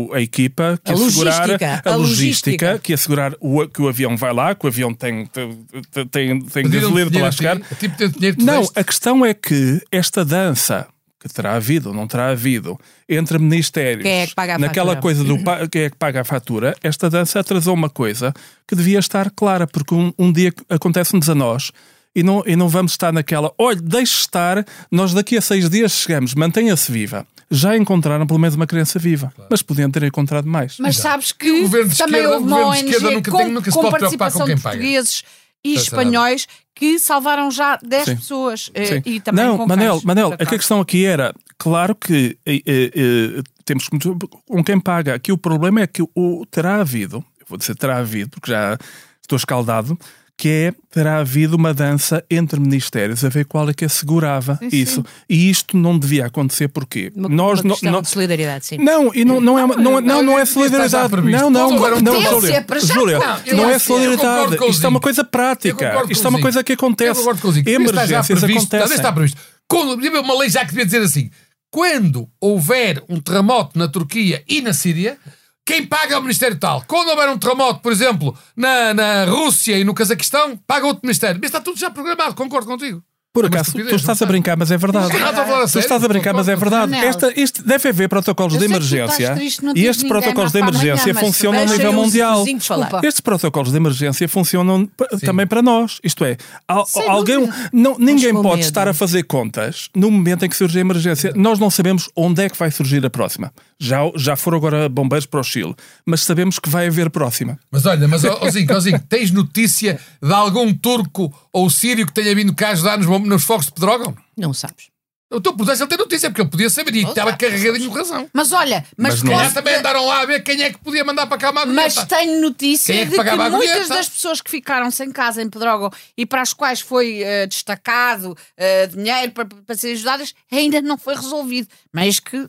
Speaker 3: o- a equipa, que
Speaker 5: A
Speaker 3: assegurar
Speaker 5: logística,
Speaker 3: a
Speaker 5: a
Speaker 3: logística,
Speaker 5: logística.
Speaker 3: que assegurar o- que o avião vai lá, que o avião tem, tem, tem, tem
Speaker 1: Pediram
Speaker 3: gasolina para
Speaker 1: dinheiro
Speaker 3: lá
Speaker 1: a ti,
Speaker 3: chegar.
Speaker 1: Tipo, de dinheiro que tu
Speaker 3: Não,
Speaker 1: deste.
Speaker 3: a questão é que esta dança, que terá havido ou não terá havido, entre ministérios,
Speaker 5: Quem é que paga a
Speaker 3: naquela
Speaker 5: fatura?
Speaker 3: coisa do pa- quem é que paga a fatura, esta dança atrasou uma coisa que devia estar clara, porque um, um dia acontece-nos a nós. E não, e não vamos estar naquela, olha, deixe estar, nós daqui a seis dias chegamos, mantenha-se viva. Já encontraram pelo menos uma criança viva, mas podiam ter encontrado mais.
Speaker 2: Mas sabes
Speaker 1: E o
Speaker 2: que
Speaker 1: governo de
Speaker 2: também
Speaker 1: esquerda-
Speaker 2: houve
Speaker 1: o
Speaker 2: uma
Speaker 1: governo de
Speaker 2: ONG
Speaker 1: esquerda nunca
Speaker 2: com,
Speaker 1: tem- nunca se
Speaker 2: com
Speaker 1: pode preocupar com
Speaker 2: participação
Speaker 1: quem
Speaker 2: de
Speaker 1: paga.
Speaker 2: portugueses e
Speaker 1: Não sei nada.
Speaker 2: espanhóis que salvaram já 10
Speaker 3: Sim.
Speaker 2: pessoas eh,
Speaker 3: Sim.
Speaker 2: e também
Speaker 3: não,
Speaker 2: com
Speaker 3: Manel,
Speaker 2: cães,
Speaker 3: Manel,
Speaker 2: por
Speaker 3: é que a
Speaker 2: acaso.
Speaker 3: questão aqui era, claro que eh, eh, eh, temos que muito- um quem paga. Aqui o problema é que o terá havido, eu vou dizer terá havido, porque já estou escaldado, que é terá havido uma dança entre ministérios a ver qual é que assegurava isso. E isto não devia acontecer porque
Speaker 5: Uma,
Speaker 3: nós
Speaker 5: uma
Speaker 3: não,
Speaker 5: questão
Speaker 3: não-
Speaker 5: de solidariedade, sim.
Speaker 3: não, e não, não é uma- não, é- não, não
Speaker 1: Ah,
Speaker 3: é
Speaker 1: Está já
Speaker 3: solidariedade.
Speaker 1: previsto.
Speaker 3: Não, não,
Speaker 1: Todos
Speaker 3: não,
Speaker 1: agora é
Speaker 3: não,
Speaker 1: competência,
Speaker 3: Júlia,
Speaker 2: para já
Speaker 3: Júlia,
Speaker 2: não,
Speaker 3: não é
Speaker 2: eu
Speaker 1: concordo
Speaker 3: solidariedade.
Speaker 1: com o
Speaker 3: Isto é uma
Speaker 1: Zinho.
Speaker 3: coisa
Speaker 1: Eu
Speaker 3: prática.
Speaker 1: concordo com
Speaker 3: Isto
Speaker 1: o
Speaker 3: é uma
Speaker 1: Zinho.
Speaker 3: coisa que
Speaker 1: Eu
Speaker 3: acontece.
Speaker 1: concordo com o Zico. Isto está já
Speaker 3: Emergências
Speaker 1: previsto, talvez
Speaker 3: acontecem.
Speaker 1: está previsto. Quando, devia haver uma lei já que devia dizer assim: quando houver um terremoto na Turquia e na Síria, quem paga é o Ministério tal. Quando houver um terremoto, por exemplo, na, na Rússia e no Cazaquistão, paga outro Ministério. Mas está tudo já programado, concordo contigo.
Speaker 3: Por
Speaker 1: É uma
Speaker 3: acaso,
Speaker 1: estupidez,
Speaker 3: tu estás
Speaker 1: não
Speaker 3: a brincar, mas é verdade.
Speaker 1: Não, estou a falar a
Speaker 3: Tu estás
Speaker 1: sério.
Speaker 3: a brincar, mas é verdade.
Speaker 2: Manel.
Speaker 3: Esta, isto, deve haver protocolos
Speaker 2: Eu
Speaker 3: de
Speaker 2: sei que tu estás
Speaker 3: emergência
Speaker 2: triste, não
Speaker 3: e
Speaker 2: tens
Speaker 3: estes
Speaker 2: ninguém
Speaker 3: protocolos de
Speaker 2: lá para
Speaker 3: emergência
Speaker 2: amanhã, mas
Speaker 3: funcionam a
Speaker 2: deixa um
Speaker 3: nível
Speaker 2: eu
Speaker 3: mundial.
Speaker 5: sozinho falar.
Speaker 2: Desculpa.
Speaker 3: Estes protocolos de emergência funcionam p- também para nós. Isto é, al-
Speaker 2: Sem
Speaker 3: alguém,
Speaker 2: dúvida.
Speaker 3: não, ninguém
Speaker 5: com
Speaker 3: pode
Speaker 5: medo.
Speaker 3: estar a fazer contas no momento em que surge a emergência. Nós não sabemos onde é que vai surgir a próxima. Já, já foram agora bombeiros para o Chile, mas sabemos que vai haver próxima.
Speaker 1: Mas olha, mas ó, ó Zinco, ó Zinco, tens notícia de algum turco ou sírio que tenha vindo cá ajudar nos, nos fogos de Pedrógão?
Speaker 5: Não sabes.
Speaker 1: Eu estou por ele tem notícia, porque eu podia saber e estava carregadinho de razão.
Speaker 2: Mas olha, mas,
Speaker 3: Mas
Speaker 1: Se
Speaker 3: não
Speaker 1: calhar
Speaker 2: posso-
Speaker 1: é também andaram lá a ver quem é que podia mandar para cá uma
Speaker 2: Mas
Speaker 1: agulheta.
Speaker 2: tenho notícia
Speaker 1: Quem é que
Speaker 2: de que
Speaker 1: pagava a
Speaker 2: muitas
Speaker 1: bilheta?
Speaker 2: das pessoas que ficaram sem casa em Pedrógão e para as quais foi eh, destacado eh, dinheiro para, para serem ajudadas, ainda não foi resolvido. Mas que eh,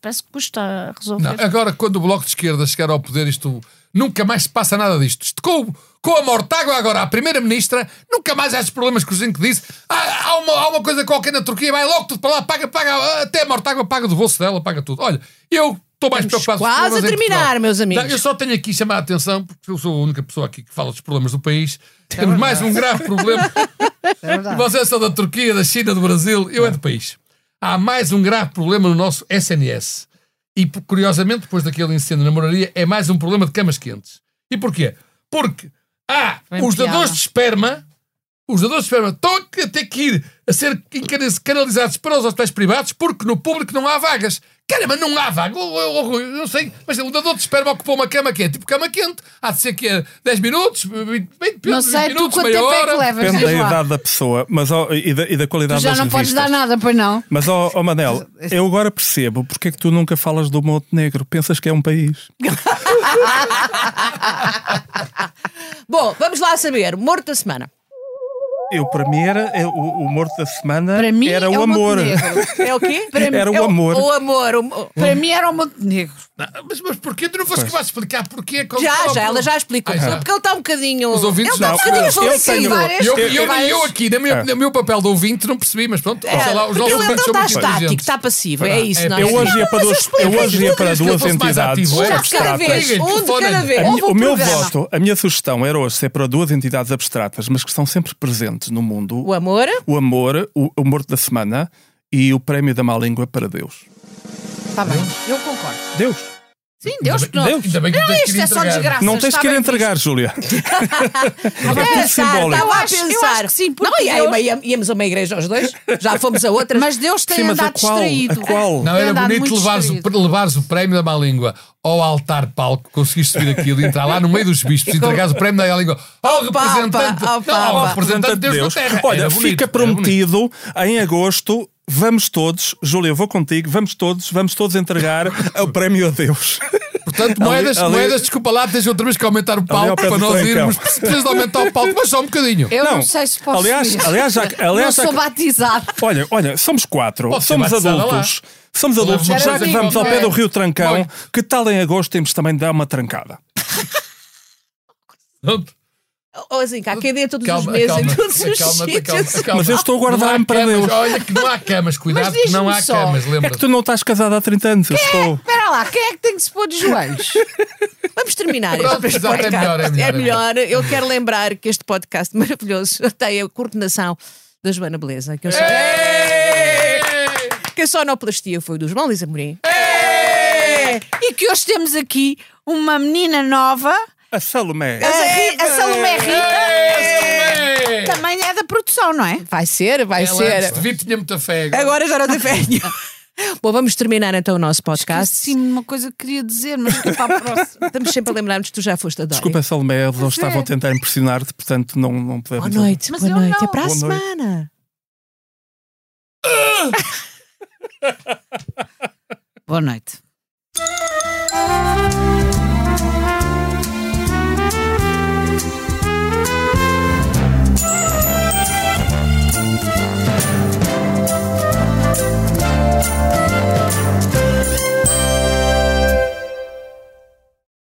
Speaker 2: parece que custa a resolver.
Speaker 1: Não, é- agora, quando o Bloco de Esquerda chegar ao poder, isto nunca mais se passa nada disto. Isto com, com a Mortágua agora, a Primeira-Ministra, nunca mais há esses problemas que o Zinco disse. Há, há uma, há uma coisa qualquer na Turquia, vai logo tudo para lá, paga, paga, até a Mortágua paga do bolso dela, paga tudo. Olha, eu estou mais preocupado com os
Speaker 5: quase a
Speaker 1: problemas em
Speaker 5: terminar,
Speaker 1: Portugal.
Speaker 5: meus amigos.
Speaker 1: Não, Eu só tenho aqui chamar a atenção, porque eu sou a única pessoa aqui que fala dos problemas do país.
Speaker 5: É
Speaker 1: Temos mais um grave problema. E Vocês são da Turquia, da China, do Brasil, eu é do país. Há mais um grave problema no nosso SNS. E, por- curiosamente, depois daquele incêndio na moraria, é mais um problema de camas quentes. E porquê? Porque há
Speaker 2: uma
Speaker 1: os dadores
Speaker 2: piada.
Speaker 1: de esperma, os dadores de esperma estão a ter que ir a ser encana- canalizados para os hospitais privados porque no público não há vagas. Caramba, não há vaga. Oh, Eu, não sei, mas o dador de esperma ocupou uma cama quente. Tipo cama quente. Há de ser que é 10 minutos, 20, 20
Speaker 2: Não sei, tu
Speaker 1: minutos,
Speaker 2: quanto
Speaker 1: meia
Speaker 2: tempo é que
Speaker 1: hora.
Speaker 2: levas?
Speaker 3: Depende da
Speaker 2: Diz lá.
Speaker 3: idade da pessoa mas, ó, e, da, e da
Speaker 2: Tu
Speaker 3: qualidade
Speaker 2: já
Speaker 3: das
Speaker 2: não podes
Speaker 3: revistas.
Speaker 2: dar nada, pois não?
Speaker 3: Mas, ó ó, Manel, eu agora percebo porque é que tu nunca falas do Montenegro. Pensas que é um país.
Speaker 4: Bom, vamos lá saber. Morto da semana.
Speaker 3: Eu, para mim, era é, o, o morto da semana
Speaker 6: Para mim,
Speaker 3: era
Speaker 6: é
Speaker 3: o
Speaker 6: o
Speaker 2: um
Speaker 3: amor.
Speaker 6: Montenegro.
Speaker 4: É o quê?
Speaker 3: Era o
Speaker 4: É
Speaker 3: amor.
Speaker 4: O amor. o-
Speaker 2: Para mim era um o Montenegro.
Speaker 1: Não, Ah, mas, mas porquê? Tu não foste capaz de explicar porquê? Qual-
Speaker 4: Já,
Speaker 1: qual-
Speaker 4: já, ela já explicou.
Speaker 1: Ah, já.
Speaker 4: Porque ele está um bocadinho.
Speaker 1: Os ouvintes
Speaker 4: ele está
Speaker 1: não.
Speaker 4: um bocadinho
Speaker 1: Eu-
Speaker 4: feliz em
Speaker 3: tenho-
Speaker 4: várias-
Speaker 1: Eu, eu,
Speaker 3: Eu-
Speaker 1: eu, eu aqui, na minha,
Speaker 3: Ah.
Speaker 1: no meu papel de ouvinte, não percebi, mas pronto.
Speaker 4: É,
Speaker 1: sei lá, os nossos
Speaker 4: porque ele
Speaker 1: ouvintes
Speaker 4: então
Speaker 1: são
Speaker 4: está
Speaker 1: muito
Speaker 4: estático,
Speaker 1: inteligentes.
Speaker 4: está passivo. É
Speaker 1: É,
Speaker 4: isso,
Speaker 1: é,
Speaker 4: não é?
Speaker 3: Eu hoje ia para,
Speaker 4: Mas
Speaker 3: duas, eu
Speaker 4: explica,
Speaker 3: hoje ia
Speaker 4: explica.
Speaker 3: para
Speaker 1: Querias que
Speaker 3: duas
Speaker 1: eu fosse mais
Speaker 3: entidades
Speaker 1: ativo, é?
Speaker 4: Um de cada
Speaker 3: abstratas.
Speaker 4: vez, um de cada
Speaker 1: Telefonem.
Speaker 4: vez.
Speaker 3: A minha-
Speaker 4: Houve um
Speaker 3: o meu
Speaker 4: programa.
Speaker 3: voto, a minha sugestão era hoje ser para duas entidades abstratas, mas que estão sempre presentes no mundo:
Speaker 4: O amor.
Speaker 3: o amor, o, o morto da semana e o prémio da má língua para Deus.
Speaker 2: Está Tá bem, eu concordo.
Speaker 3: Deus,
Speaker 2: Sim, Deus que não.
Speaker 3: Deus.
Speaker 1: Ainda bem que não tens que
Speaker 2: Isto
Speaker 1: ir
Speaker 2: é só
Speaker 1: entregar.
Speaker 2: desgraça.
Speaker 3: não tens
Speaker 2: está
Speaker 3: que ir
Speaker 2: bem
Speaker 3: entregar, Júlia. é tudo simbólico.
Speaker 4: estava tá a
Speaker 2: Eu acho- eu
Speaker 4: pensar.
Speaker 2: acho que sim, porque
Speaker 4: não, e aí,
Speaker 2: Deus-
Speaker 4: mas íamos- íamos a uma igreja os dois, já fomos a outra.
Speaker 2: visto. Mas Deus tem
Speaker 3: Sim, mas a
Speaker 2: andado
Speaker 3: qual?
Speaker 2: distraído.
Speaker 3: A qual?
Speaker 1: Não,
Speaker 2: Tem
Speaker 1: era
Speaker 2: andado
Speaker 1: bonito
Speaker 2: muito
Speaker 1: levares o,
Speaker 2: distraído.
Speaker 1: levares o prémio da má língua ao altar palco, conseguiste subir aquilo e entrar lá no meio dos bispos e entregares o prémio da má língua ao
Speaker 4: Papa,
Speaker 1: representante,
Speaker 4: ao
Speaker 1: não, ao
Speaker 4: Papa.
Speaker 1: representante de Deus, da Terra.
Speaker 3: Olha,
Speaker 1: Era bonito,
Speaker 3: fica
Speaker 1: era bonito.
Speaker 3: prometido em agosto. Vamos todos, Júlia, eu vou contigo. Vamos todos, vamos todos entregar o prémio a Deus.
Speaker 1: Portanto, moedas,
Speaker 3: ali-
Speaker 1: moedas, desculpa lá, tens outra vez que aumentar o
Speaker 3: ao
Speaker 1: palco
Speaker 3: pé
Speaker 1: para
Speaker 3: do
Speaker 1: nós
Speaker 3: Francão.
Speaker 1: irmos. Precisas de aumentar o palco, mas só um bocadinho.
Speaker 2: Eu não,
Speaker 3: Não.
Speaker 2: sei se posso.
Speaker 3: Aliás-
Speaker 2: ir.
Speaker 3: aliás, já- aliás, já-
Speaker 2: não sou batizado.
Speaker 3: Olha, olha, somos quatro,
Speaker 1: Pase
Speaker 3: somos
Speaker 1: batizada
Speaker 3: adultos. Somos adultos,
Speaker 1: Era
Speaker 3: já que
Speaker 1: amigo,
Speaker 3: vamos ao
Speaker 1: não
Speaker 3: pé
Speaker 1: é?
Speaker 3: do Rio Trancão,
Speaker 1: Olha.
Speaker 3: que tal em agosto temos também de dar uma trancada?
Speaker 1: Pronto.
Speaker 4: Ou assim, cá, quem dê todos os
Speaker 1: Calma,
Speaker 4: meses
Speaker 1: calma,
Speaker 4: em todos os
Speaker 1: calma,
Speaker 4: sítios.
Speaker 1: calma, calma.
Speaker 3: Mas eu estou a
Speaker 1: Não há
Speaker 3: guardar-me para
Speaker 1: camas,
Speaker 3: Deus.
Speaker 1: Olha que não há camas, cuidado que não
Speaker 2: diz-me
Speaker 1: há
Speaker 2: só,
Speaker 1: camas,
Speaker 3: É que
Speaker 1: lembra-te.
Speaker 3: tu não estás casada há 30 anos, eu estou.
Speaker 2: Espera lá, quem é que tem que se pôr de joelhos?
Speaker 4: Vamos terminar este
Speaker 1: Pronto, exato, é
Speaker 4: podcast.
Speaker 1: melhor, é melhor, é melhor.
Speaker 4: Eu quero lembrar que este podcast maravilhoso tem a coordenação da Joana Beleza, que, eu só, É. que a sonoplastia foi do João Luís Amorim.
Speaker 2: e que hoje temos aqui uma menina nova,
Speaker 3: A Salomé.
Speaker 2: a, Ri- a Salomé Rita,
Speaker 1: Ei!
Speaker 2: também é da produção, não é?
Speaker 4: Vai ser, vai
Speaker 1: Ela
Speaker 4: ser.
Speaker 1: antes de vir tinha muita fé.
Speaker 4: Agora já não tem fé nenhuma. Bom, vamos terminar então o nosso podcast.
Speaker 2: Sim, uma coisa que queria dizer, mas fica para a próxima.
Speaker 4: Estamos sempre a lembrar-nos que tu já foste a Dória.
Speaker 3: Desculpa, Salomé, eles
Speaker 2: É
Speaker 3: estavam a tentar impressionar-te, portanto não, não
Speaker 4: Boa
Speaker 3: podemos.
Speaker 4: noite,
Speaker 2: Mas
Speaker 4: boa
Speaker 2: eu
Speaker 4: noite.
Speaker 2: não.
Speaker 4: Até para a
Speaker 3: Boa noite.
Speaker 4: semana.
Speaker 2: Boa noite.